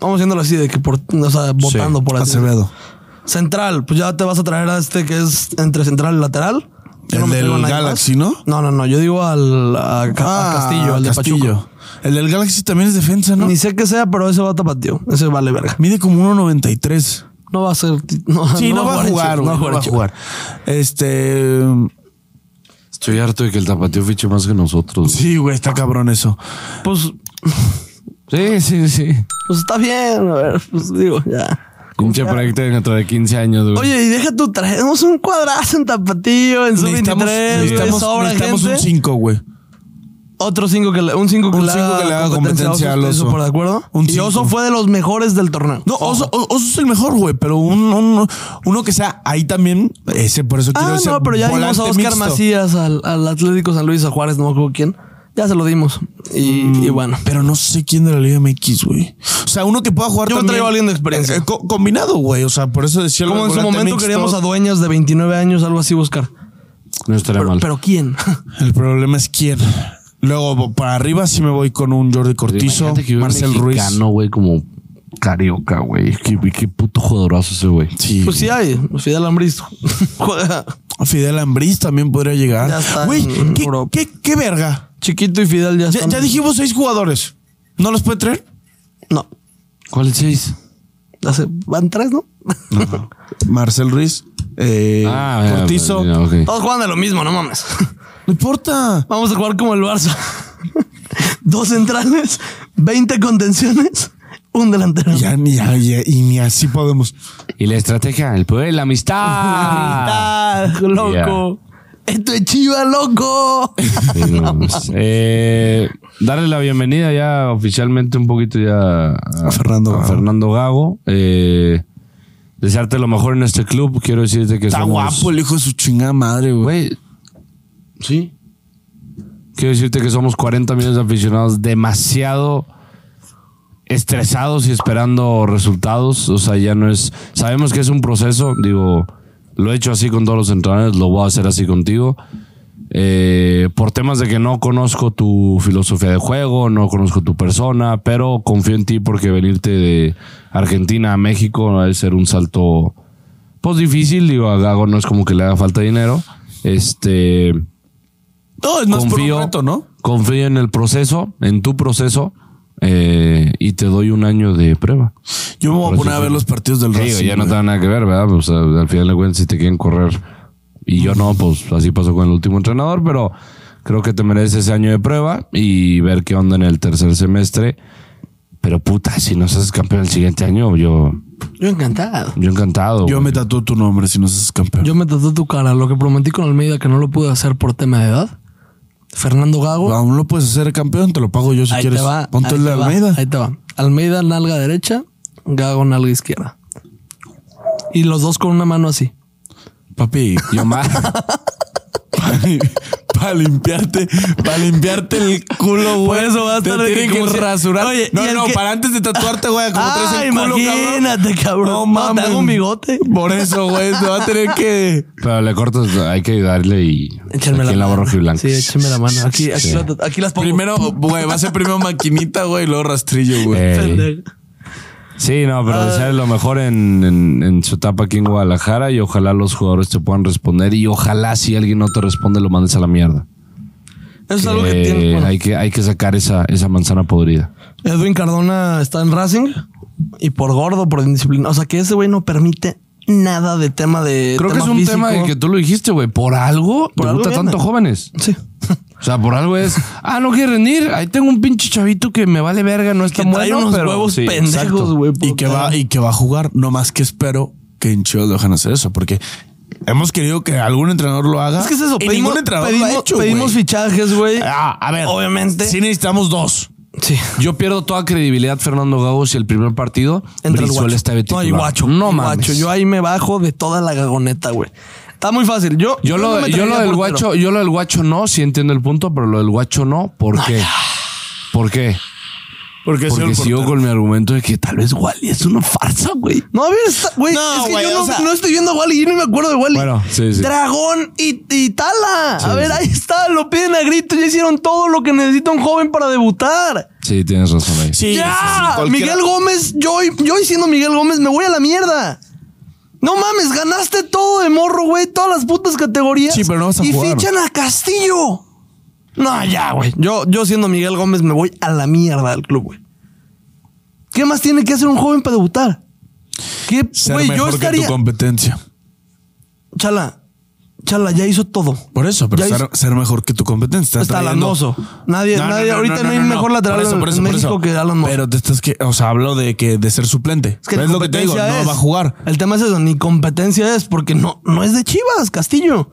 Vamos haciéndolo así de que por, o sea, votando
Sí,
por así.
Acevedo.
Central, pues ya te vas a traer a este que es entre central y lateral. Yo
El
me
del
traigo a nadie
Galaxy,
más.
¿no?
No, no, no. Yo digo al a Ca- a Castillo, al de Pachuco.
Ah, El del Galaxy también es defensa, ¿no?
Ni sé qué sea, pero ese va a tapatío. Ese vale verga.
Mide como 1.93.
No va a ser. ti- Ah, No,
Sí, no, va a jugar,
en
güey.
Chivas,
No va a
en Chivas.
jugar. Este.
Estoy harto de que el tapateo fiche más que nosotros.
Sí, güey, está cabrón eso.
Pues,
Sí, sí, sí.
pues está bien. A ver, pues digo, ya.
Pinche
confiar.
proyecto dentro de 15 años,
Pues
güey.
Oye, y deja tú, traemos un cuadrazo en tapatío, en su 23,
Necesitamos, necesitamos,
sobra
necesitamos
gente.
un 5, güey.
Otro 5 que le, un 5 que,
Un
le
cinco
haga
que le haga competencia al
¿ustedes
Oso.
¿Por de acuerdo?
Un
y
cinco.
Oso fue de los mejores del torneo.
No, Oso, O- Oso es el mejor, güey, pero un- un- uno que sea ahí también, ese por eso quiero
Ah,
ese
no, pero ya dimos
volante
a Oscar
mixto.
Macías, al, al Atlético San Luis, a Juárez, no me acuerdo quién. Ya se lo dimos. Y, y bueno.
Mm, Pero no sé quién de la Liga MX, güey. O sea, uno que pueda jugar
Yo me
también.
traigo a alguien de experiencia.
Eh, co- combinado, güey. O sea, por eso decía lo
Como en
del
su
volante
momento
mixto.
queríamos a dueños de 29 años, algo así buscar.
no estaría
Pero,
mal.
pero ¿quién?
El problema es quién. Luego, bo- para arriba sí me voy con un Jordi Cortizo,
Pues Imagínate que hubiera un
Marcel Ruiz.
mexicano, güey, como carioca, güey. Qué, qué puto jodorazo ese, güey.
Sí.
pues sí hay, Fidel Ambriz. Juega
Fidel Ambriz también podría
Ya
llegar.
está
Güey,
en
¿qué,
Europa.
qué, qué verga.
Chiquito y Fidel ya
Ya,
están.
ya dijimos seis jugadores. ¿No los puede traer?
No,
¿Cuál es seis?
ya se- van tres, ¿no?
Marcel Ruiz, eh,
Ah, ya,
Cortizo.
ya, ok.
Todos juegan de lo mismo, no mames.
No importa.
Vamos a jugar como el Barça. Dos centrales, 20 contenciones, un delantero.
Ya, ni- ya, ya, y ni así podemos.
Y la estrategia, el poder de la amistad.
Amistad, Ah, loco. Esto es chiva, loco.
Sí, no, pues, eh, darle la bienvenida ya oficialmente un poquito ya a,
A Fernando
a
Gago.
Fernando Gago. Eh, desearte lo mejor en este club. Quiero decirte que
Está
somos-
guapo el hijo de su chingada madre, güey.
Güey. Sí. Quiero decirte que somos 40 millones de aficionados demasiado estresados y esperando resultados. O sea, ya no es. Sabemos que es un proceso. Digo, lo he hecho así con todos los entrenadores, lo voy a hacer así contigo. Eh, por temas de que no conozco tu filosofía de juego, no conozco tu persona, pero confío en ti porque venirte de Argentina a México ha de ser un salto pues difícil, digo, a Gago no es como que le haga falta dinero. Este,
No, es más por
confío,
un reto, ¿no?
confío en el proceso, en tu proceso, eh, y te doy un año de prueba.
Yo me voy a
Por
poner
eso
a ver
sí.
los partidos del
Sí, digo,
Racing.
ya no
güey.
te da nada que ver, ¿verdad? O sea, al final de cuentas, si te quieren correr y yo no, pues así pasó con el último entrenador, pero creo que te mereces ese año de prueba y ver qué onda en el tercer semestre. Pero puta, si no seas campeón el siguiente año, yo,
Yo encantado.
yo encantado.
Yo
güey.
me tatúo tu nombre si no seas campeón.
Yo me tatué tu cara. Lo que prometí con Almeida que no lo pude hacer por tema de edad. Fernando Gago.
Aún lo puedes hacer campeón, te lo pago yo si
ahí
quieres.
te va.
Ponte
ahí
el
te
de
va,
Almeida.
Ahí te va. Almeida, nalga derecha. Gago, nalga izquierda. Y los dos con una mano así.
Papi,
Yo más.
para limpiarte, para limpiarte el culo, güey.
Por eso va a
Te
estar de
tienen
que
que
como si-
rasurar.
Oye, y
no,
el
no,
que-
para antes de tatuarte, güey, como traes
Ah,
el culo,
imagínate, cabrón.
No,
No, te
mames.
hago un bigote.
Por eso, güey, te va a tener que.
Pero le cortas, hay que ayudarle y
Échenme
aquí
la
en la
mano.
barra blanca.
Sí, échenme la mano. Aquí, aquí, la- aquí las pongo.
Primero, güey, va a ser primero maquinita, güey, y luego rastrillo, güey.
Pendejo.
sí, no,
Ah.
pero desearles lo mejor en, en- en su etapa aquí en Guadalajara y ojalá los jugadores te puedan responder y ojalá si alguien no te responde lo mandes a la mierda.
Eso es algo que
Eh,
tiene. bueno,
hay, que, hay que sacar esa, esa manzana podrida.
Edwin Cardona está en Racing y por gordo, por indisciplina. O sea que ese güey no permite nada de tema de.
Creo que es un
físico.
tema de que tú lo dijiste, güey. Por algo
Por
por
algo viene.
tanto jóvenes.
Sí.
O sea, por algo es, ah, no quiere rendir. Ahí tengo un pinche chavito que me vale verga, no está
Que trae
bueno,
unos
pero
huevos
Sí, exacto.
pendejos, güey.
Y que, va, y que va a jugar. No más que espero que en Chivas lo dejan hacer eso, porque hemos querido que algún entrenador lo haga.
Es que es eso.
y
Pedimos,
ningún entrenador lo ha
pedimos,
hecho,
pedimos
güey.
fichajes, güey.
Ah, a ver.
Obviamente.
Sí necesitamos dos.
Sí.
Yo pierdo toda credibilidad, Fernando Gago, si el primer partido
Entra el
Brizuela
guacho.
está de
no,
titular.
y guacho.
No
y
mames.
guacho.
yo,
Yo ahí me bajo de toda la gagoneta, güey. Está muy fácil. Yo,
lo,
no me traería
yo lo del
portero.
guacho, yo lo del guacho no, sí entiendo el punto, pero lo del guacho no. ¿Por qué? ¿Por qué?
Porque,
Porque sigo con mi argumento de que tal vez Wally es una farsa, güey.
No, a ver, está, güey.
No,
es que
güey,
yo
o
no,
sea-
no estoy viendo a Wally. Yo no me acuerdo de Wally.
Bueno, sí, sí.
Dragón y, y Tala.
Sí,
a ver,
sí.
ahí está. Lo piden a grito. Ya hicieron todo lo que necesita un joven para debutar.
Sí, tienes razón ahí.
Sí,
¡Ya!
sí, sí, cualquiera-
Miguel Gómez, yo, yo siendo Miguel Gómez, me voy a la mierda. No mames, ganaste todo de morro, güey. Todas las putas categorías.
Sí, pero no vas a
y
jugar.
fichan a Castillo. No, ya, güey. Yo, yo siendo Miguel Gómez, me voy a la mierda del club, güey. ¿Qué más tiene que hacer un joven para debutar? ¿Qué,
Ser
güey? Yo
mejor que
estaría.
tu competencia.
Chala, Chala ya hizo todo.
Por eso, pero
Ya
ser, ser mejor que tu competencia. Está
Está
trayendo-
Alonso. Nadie,
No, no,
nadie,
no,
ahorita no,
no,
hay
no, no.
mejor lateral
Por eso, por eso,
en
por
México
eso.
que Alan Mozo.
Pero te estás que, o sea, hablo de que de ser suplente.
Es que
es
ni
lo que te digo,
competencia
no
es.
va a jugar.
El tema es eso, ni competencia es, porque no, no es de Chivas, Castillo.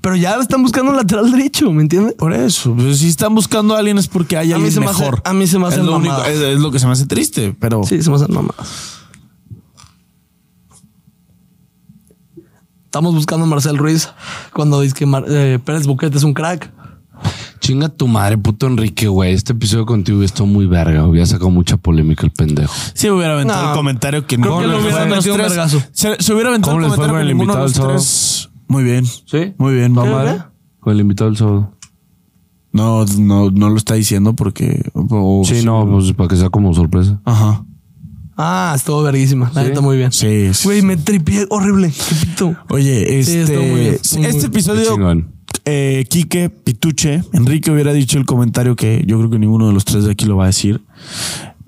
Pero ya están buscando un lateral derecho, ¿me entiendes?
Por eso, pues, si están buscando a alguien es porque hay
A mí
alguien
se me hace-
mejor.
a mí se me hace
es lo, único-
mamada.
es, es lo que se me hace triste, pero
Sí, se me hacen mamadas. Estamos buscando a Marcel Ruiz cuando dice que Mar- eh, Pérez Buquete es un crack.
Chinga tu madre, puto Enrique, güey. Este episodio contigo estuvo muy verga. Hubiera sacado mucha polémica el pendejo.
sí me hubiera aventado
No.
el comentario que
Creo
no
que lo
le
hubiera
fue.
metido un
Los tres-
vergazo.
se, se hubiera aventado
¿Cómo
el
les fue
comentario
con el
que ninguno de
invitado
los
el sábado?
tres. Muy bien.
¿Sí?
Muy bien.
¿Va
¿Qué,
madre?
qué?
Con el invitado el sábado.
No, no, no lo está diciendo porque. o-
Sí, no, pues para que sea como sorpresa.
Ajá.
Ah, estuvo verguísima. La
Sí.
neta, muy bien.
Sí. sí.
Güey, me tripié horrible. Qué pito.
Oye,
Sí, estuvo muy bien,
este,
estuvo muy
este
bien.
Qué
episodio
chingón.
eh, Quique, Pituche, Enrique hubiera dicho el comentario que yo creo que ninguno de los tres de aquí lo va a decir.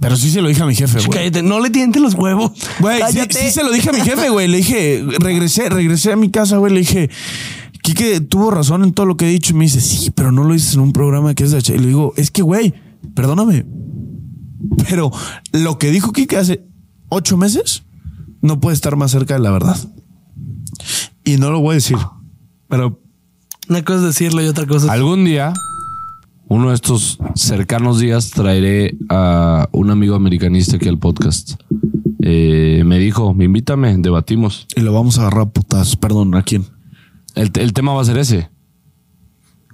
Pero sí se lo dije a mi jefe, güey.
Cállate, no le tienten los huevos.
Güey, sí,
Cállate.
sí se lo dije a mi jefe, güey. Le dije, regresé, regresé a mi casa, güey. Le dije, Quique tuvo razón en todo lo que he dicho. Y me dice, sí, pero no lo dices en un programa que es de H. Y le digo, es que, güey, perdóname. Pero lo que dijo Quique hace ocho meses no puede estar más cerca de la verdad. Y no lo voy a decir. Pero
Una cosa es decirlo y otra cosa es
Algún día, uno de estos cercanos días, traeré a un amigo americanista aquí al podcast. Eh, me dijo, invítame, debatimos.
Y lo vamos a agarrar a putas. Perdón, ¿a quién?
El, el tema va a ser ese.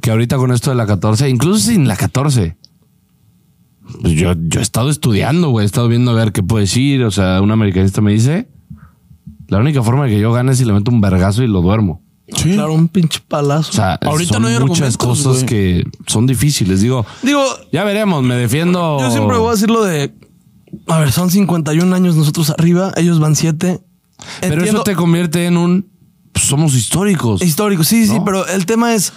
Que ahorita con esto de la 14, incluso sin la 14. pues yo, yo he estado estudiando, güey. He estado viendo a ver qué puedo decir. O sea, un americanista me dice: La única forma de que yo gane es si le meto un vergazo y lo duermo.
Sí.
claro un pinche palazo.
O sea,
Ahorita
son
no hay
muchas
argumentos,
cosas
güey.
que son difíciles. Digo,
Digo,
ya veremos, me defiendo.
yo siempre voy a decir lo de. A ver, son 51 años nosotros arriba, ellos van 7.
Pero eso te convierte en un. pues, somos históricos.
Histórico, sí, sí,
¿No?
pero el tema es.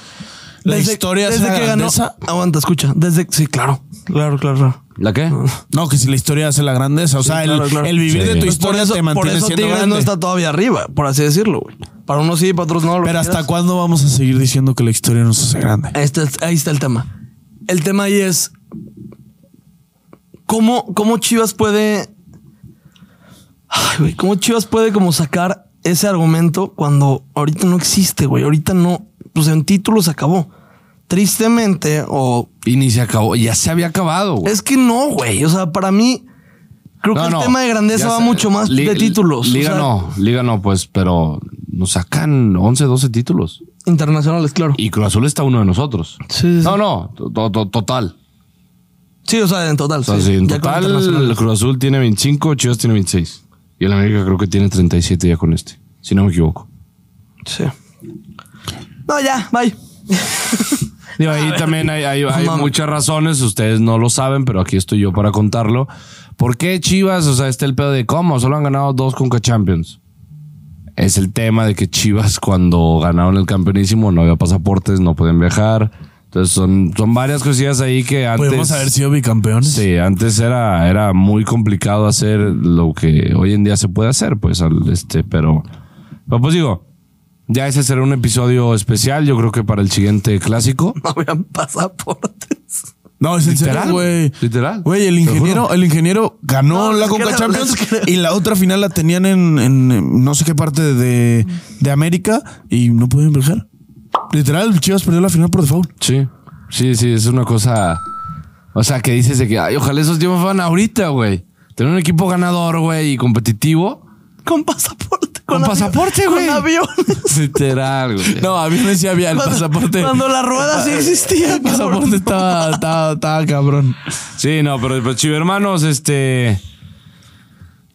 La historia
desde
hace la
que ganó.
grandeza.
Aguanta, escucha. Desde. Sí, claro. Claro, claro, claro.
¿La qué?
No, que si la historia hace la grandeza. O sea,
Sí, claro,
el,
claro.
el vivir
Sí.
de tu
Pues
historia te
por
mantiene
eso
siendo
Tigres
grande.
no está todavía arriba, por así decirlo, güey. Para unos sí, para otros no. lo
Pero
que
¿hasta
quieras.
cuándo vamos a seguir diciendo que la historia nos hace grande?
Este es- ahí está el tema. El tema ahí es cómo, cómo Chivas puede. Ay, güey, cómo Chivas puede como sacar ese argumento cuando ahorita no existe, güey. Ahorita no. Pues en títulos se acabó. Tristemente, o.
Y ni se acabó. Ya se había acabado, güey.
Es que no, güey. O sea, para mí. Creo
No,
que
no.
el tema de grandeza
Ya
va
sé.
mucho más
Li-
de títulos. O
Liga
sea,
no, Liga no, pues, pero nos sacan 11, 12 títulos.
Internacionales, claro.
Y Cruz Azul está uno de nosotros.
Sí, sí,
No,
sí.
no, to- to- total.
Sí, o sea, en total.
O sea,
sí.
si en
Ya con
total, el
internacionales.
Cruz Azul tiene 25, Chivas tiene 26. Y el América creo que tiene 37 ya con este, si no me equivoco.
Sí. No, ya, bye.
Digo, ahí también hay, hay- hay
mames.
muchas razones, ustedes no lo saben, pero aquí estoy yo para contarlo. ¿Por qué Chivas? O sea, está el pedo de cómo, solo han ganado dos Conca Champions. Es el tema de que Chivas cuando ganaron el campeonísimo no había pasaportes, no podían viajar. Entonces son, son varias cosillas ahí que antes...
Podemos haber sido bicampeones.
Sí, antes era, era muy complicado hacer lo que hoy en día se puede hacer, pues, al, este, pero, pero pues digo, ya ese será un episodio especial, yo creo que para el siguiente clásico.
No habían pasaportes.
No, es en serio,
Literal,
güey.
literal.
Güey, el
Te juro.
ingeniero, el ingeniero ganó
No,
la
es que
Coca
la-
Champions
es que-
y la otra final la tenían en, en no sé qué parte de, de América y no pudieron viajar. Literal, Chivas perdió la final por default.
Sí, sí, sí, es una cosa. O sea, que dices de que, ay, ojalá esos tiempos fueran ahorita, güey. Tener un equipo ganador, güey, y competitivo.
Con pasaporte.
Con
avi-
pasaporte, güey.
Con avión.
Literal, güey.
No, a mí me decía había el
Cuando-
pasaporte.
Cuando la rueda sí existía.
El pasaporte
cabrón.
estaba, estaba, estaba Ah, cabrón.
Sí, no, pero, pero chivo, hermanos, este.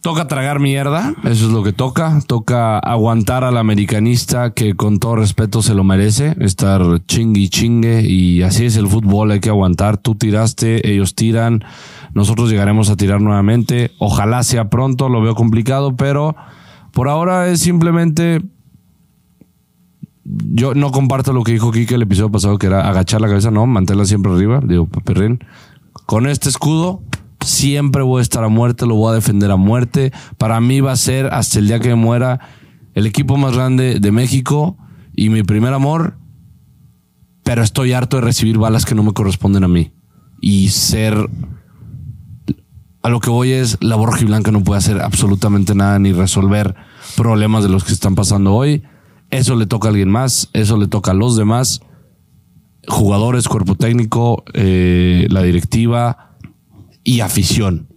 Toca tragar mierda, eso es lo que toca. Toca aguantar al americanista que con todo respeto se lo merece. Estar chingue y chingue y así es el fútbol, hay que aguantar. Tú tiraste, ellos tiran, nosotros llegaremos a tirar nuevamente. Ojalá sea pronto, lo veo complicado, pero por ahora es simplemente... Yo no comparto lo que dijo Kike el episodio pasado, que era agachar la cabeza, no, mantenerla siempre arriba, digo, Perrin. Con este escudo siempre voy a estar a muerte, lo voy a defender a muerte. Para mí va a ser hasta el día que me muera el equipo más grande de México y mi primer amor, pero estoy harto de recibir balas que no me corresponden a mí. Y ser... A lo que voy es, la Borja y Blanca no puede hacer absolutamente nada ni resolver problemas de los que están pasando hoy. Eso le toca a alguien más, eso le toca a los demás, jugadores, cuerpo técnico, eh, la directiva y afición.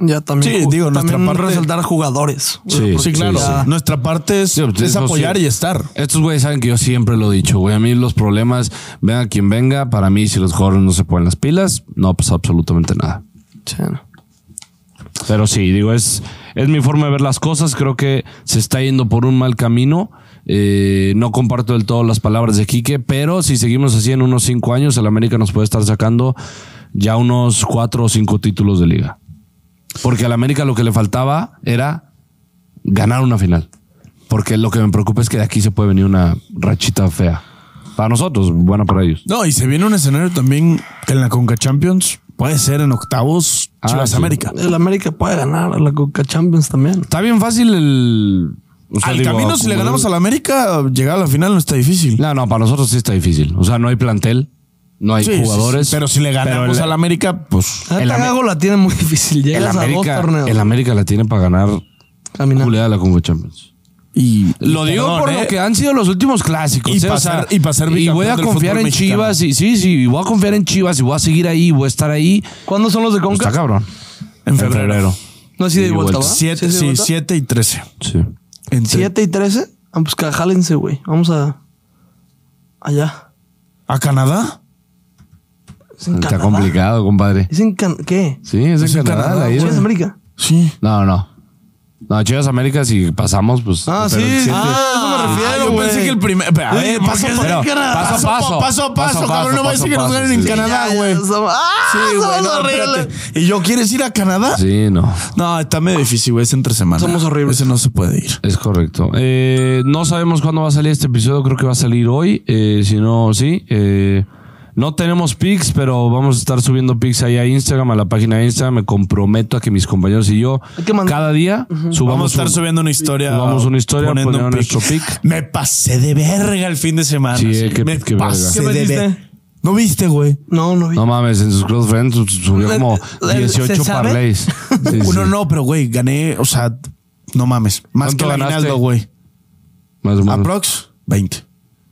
Ya también.
Sí,
ju-
digo, nuestra
también
parte-
resaltar jugadores.
Sí,
Porque
Sí, claro.
ya-
Nuestra parte es,
Sí, pues,
es
eso
apoyar
sí.
y estar.
Estos güeyes saben que yo siempre lo he dicho, güey. A mí los problemas, venga quien venga, para mí si los jugadores no se ponen las pilas, no pasa absolutamente nada.
Sí, no.
Pero sí, digo, es, es mi forma de ver las cosas. Creo que se está yendo por un mal camino. Eh, no comparto del todo las palabras de Quique, pero si seguimos así en unos cinco años, el América nos puede estar sacando ya unos cuatro o cinco títulos de liga. Porque al América lo que le faltaba era ganar una final. Porque lo que me preocupa es que de aquí se puede venir una rachita fea. Para nosotros, buena para ellos.
No, y se viene un escenario también que en la Conca Champions puede ser en octavos
Ah,
Chivas
sí.
América.
El América puede ganar a la Coca Champions también.
Está bien fácil el... o sea,
Al
digo,
camino, si le
como-
ganamos al América, llegar a la final no está difícil.
No, no, para nosotros sí está difícil. O sea, no hay plantel, no hay
Sí, sí,
jugadores.
sí, pero si le
pero Ah.
ganamos
el-
al América, pues
El
El Ame-
Tagago la tiene muy difícil.
el
Llegas a dos
América,
torneos.
el América la tiene para ganar
Caminando.
culea la Congo Champions.
y
Lo digo
perdón,
por
¿eh?
lo que han sido los últimos clásicos.
Y
¿eh?
pa'
O sea,
ser- y pa' ser bicampeón
voy a
del
confiar en
fútbol mexicano.
Chivas. Y, sí, sí, y voy a confiar en Chivas y voy a seguir ahí, y voy a estar ahí.
¿Cuándo son los de
Pues está
Conca?
cabrón.
en febrero.
No ha sido de
Y
vuelta,
vuelta.
¿va?
Siete,
¿Sí es ida y
sí,
vuelta?
7 y 13.
Sí.
Entre-
¿Siete y trece? Ah, pues ca- jálense, güey. Vamos a. Allá.
¿A Canadá?
¿Es en
Está
Canadá?
complicado, compadre.
¿Es en Can- ¿Qué?
Sí, es,
Es
en
Pues en
Canadá,
Canadá,
la
güey.
ida.
¿Chivas América?
Sí.
No, no. No, Chivas América, si pasamos, pues.
Ah,
pero el
sí.
siete-
Ah,
Ah,
eso me refiero,
yo
güey.
pensé que el primer. pero, A
Yo
ver,
dije, ¿por
paso
qué
a
se
paso.
en Canadá?
Paso a paso. Paso a paso, cabrón. No va a decir que nos ganen en
sí.
Canadá,
Ya, ya,
güey.
somos- ¡Ah!
Sí, güey.
somos
no,
horribles.
espérate. ¿Y yo quieres ir a Canadá?
Sí, no.
No, está medio difícil, güey. Es entre semana.
Somos horribles.
Ese no se puede ir.
Es correcto. Eh, no sabemos cuándo va a salir este episodio. Creo que va a salir hoy. Eh, si no, sí. Eh, no tenemos pics, pero vamos a estar subiendo pics ahí a Instagram, a la página de Instagram. Me comprometo a que mis compañeros y yo
Hay que mandar-
cada día
Vamos
subamos
a estar
un-
subiendo una historia.
Subamos una historia,
poniendo un
poniendo
pic.
nuestro pic.
Me pasé de verga el fin de semana.
Sí, eh, qué-
me
qué verga.
pasé
¿Qué
de
metiste?
ver- ¿No viste, güey?
No, no vi.
No mames, en sus close friends subió como
¿Se
18
sabe?
parlays. Sí, sí.
Uno no, pero güey, gané, o sea, no mames. Más
¿Cuánto
que el
ganaste?
aguinaldo, güey.
Más o menos.
Aprox, 20.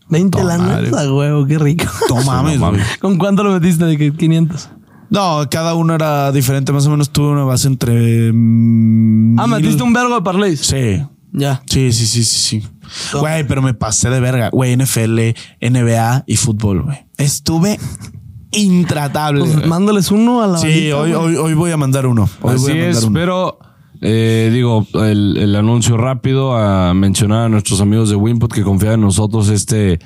20
Toma,
la
madre.
neta, huevo, qué rico.
No mames,
mames.
güey.
¿Con cuánto lo metiste? De que 500.
No, cada uno era diferente. Más o menos tuve una base entre. mm,
Ah,
mil-
metiste un vergo de parlays.
Sí.
Ya.
Sí, sí, sí, sí, sí.
Toma.
Güey, pero me pasé de verga. Güey, NFL, NBA y fútbol, güey. Estuve intratable.
Pues
güey.
mándales uno a la.
Sí,
bandita,
hoy,
güey.
hoy, hoy voy a mandar uno. Hoy voy a
Así
mandar
es,
uno.
pero eh, digo, el, el anuncio rápido a mencionar a nuestros amigos de Winput que confían en nosotros este,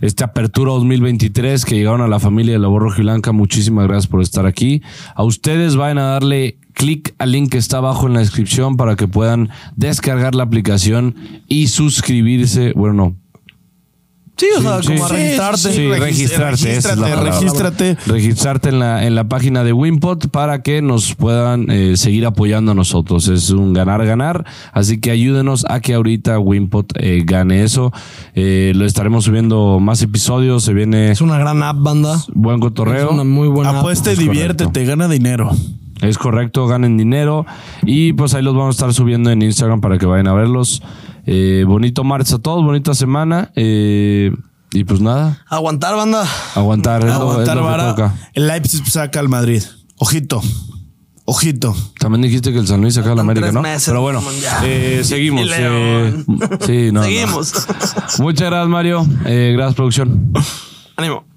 esta apertura 2023 que llegaron a la familia de la Borroja y Blanca. Muchísimas gracias por estar aquí. A ustedes vayan a darle clic al link que está abajo en la descripción para que puedan descargar la aplicación y suscribirse. Bueno, no,
Sí, o sea,
Sí,
como a
sí,
registrarte.
Sí,
Regis-
registrarte. esa es la
regístrate,
palabra.
regístrate.
Registrarte en la, en la página de Wimpot para que nos puedan eh, seguir apoyando a nosotros. Es un ganar-ganar. Así que ayúdenos a que ahorita Wimpot eh, gane eso. Eh, lo estaremos subiendo más episodios. Se viene
Es una gran app, banda.
buen
Es
cotorreo.
una muy buena app.
Apuesta y
Es correcto.
diviértete, gana dinero.
Es correcto, ganen dinero. Y pues ahí los vamos a estar subiendo en Instagram para que vayan a verlos. Eh, bonito martes a todos, bonita semana. Eh, y pues nada,
Aguantar, banda.
aguantar, es lo- es lo
Aguantar
que toca.
vara. El Leipzig saca al Madrid. Ojito. Ojito.
También dijiste que el San Luis acaba la
Faltan
América,
tres
¿no?
meses,
Pero bueno,
Ramón, ya.
eh, seguimos.
Y León.
eh, sí, no, no.
Seguimos.
Muchas gracias, Mario. Eh, gracias, producción.
Ánimo.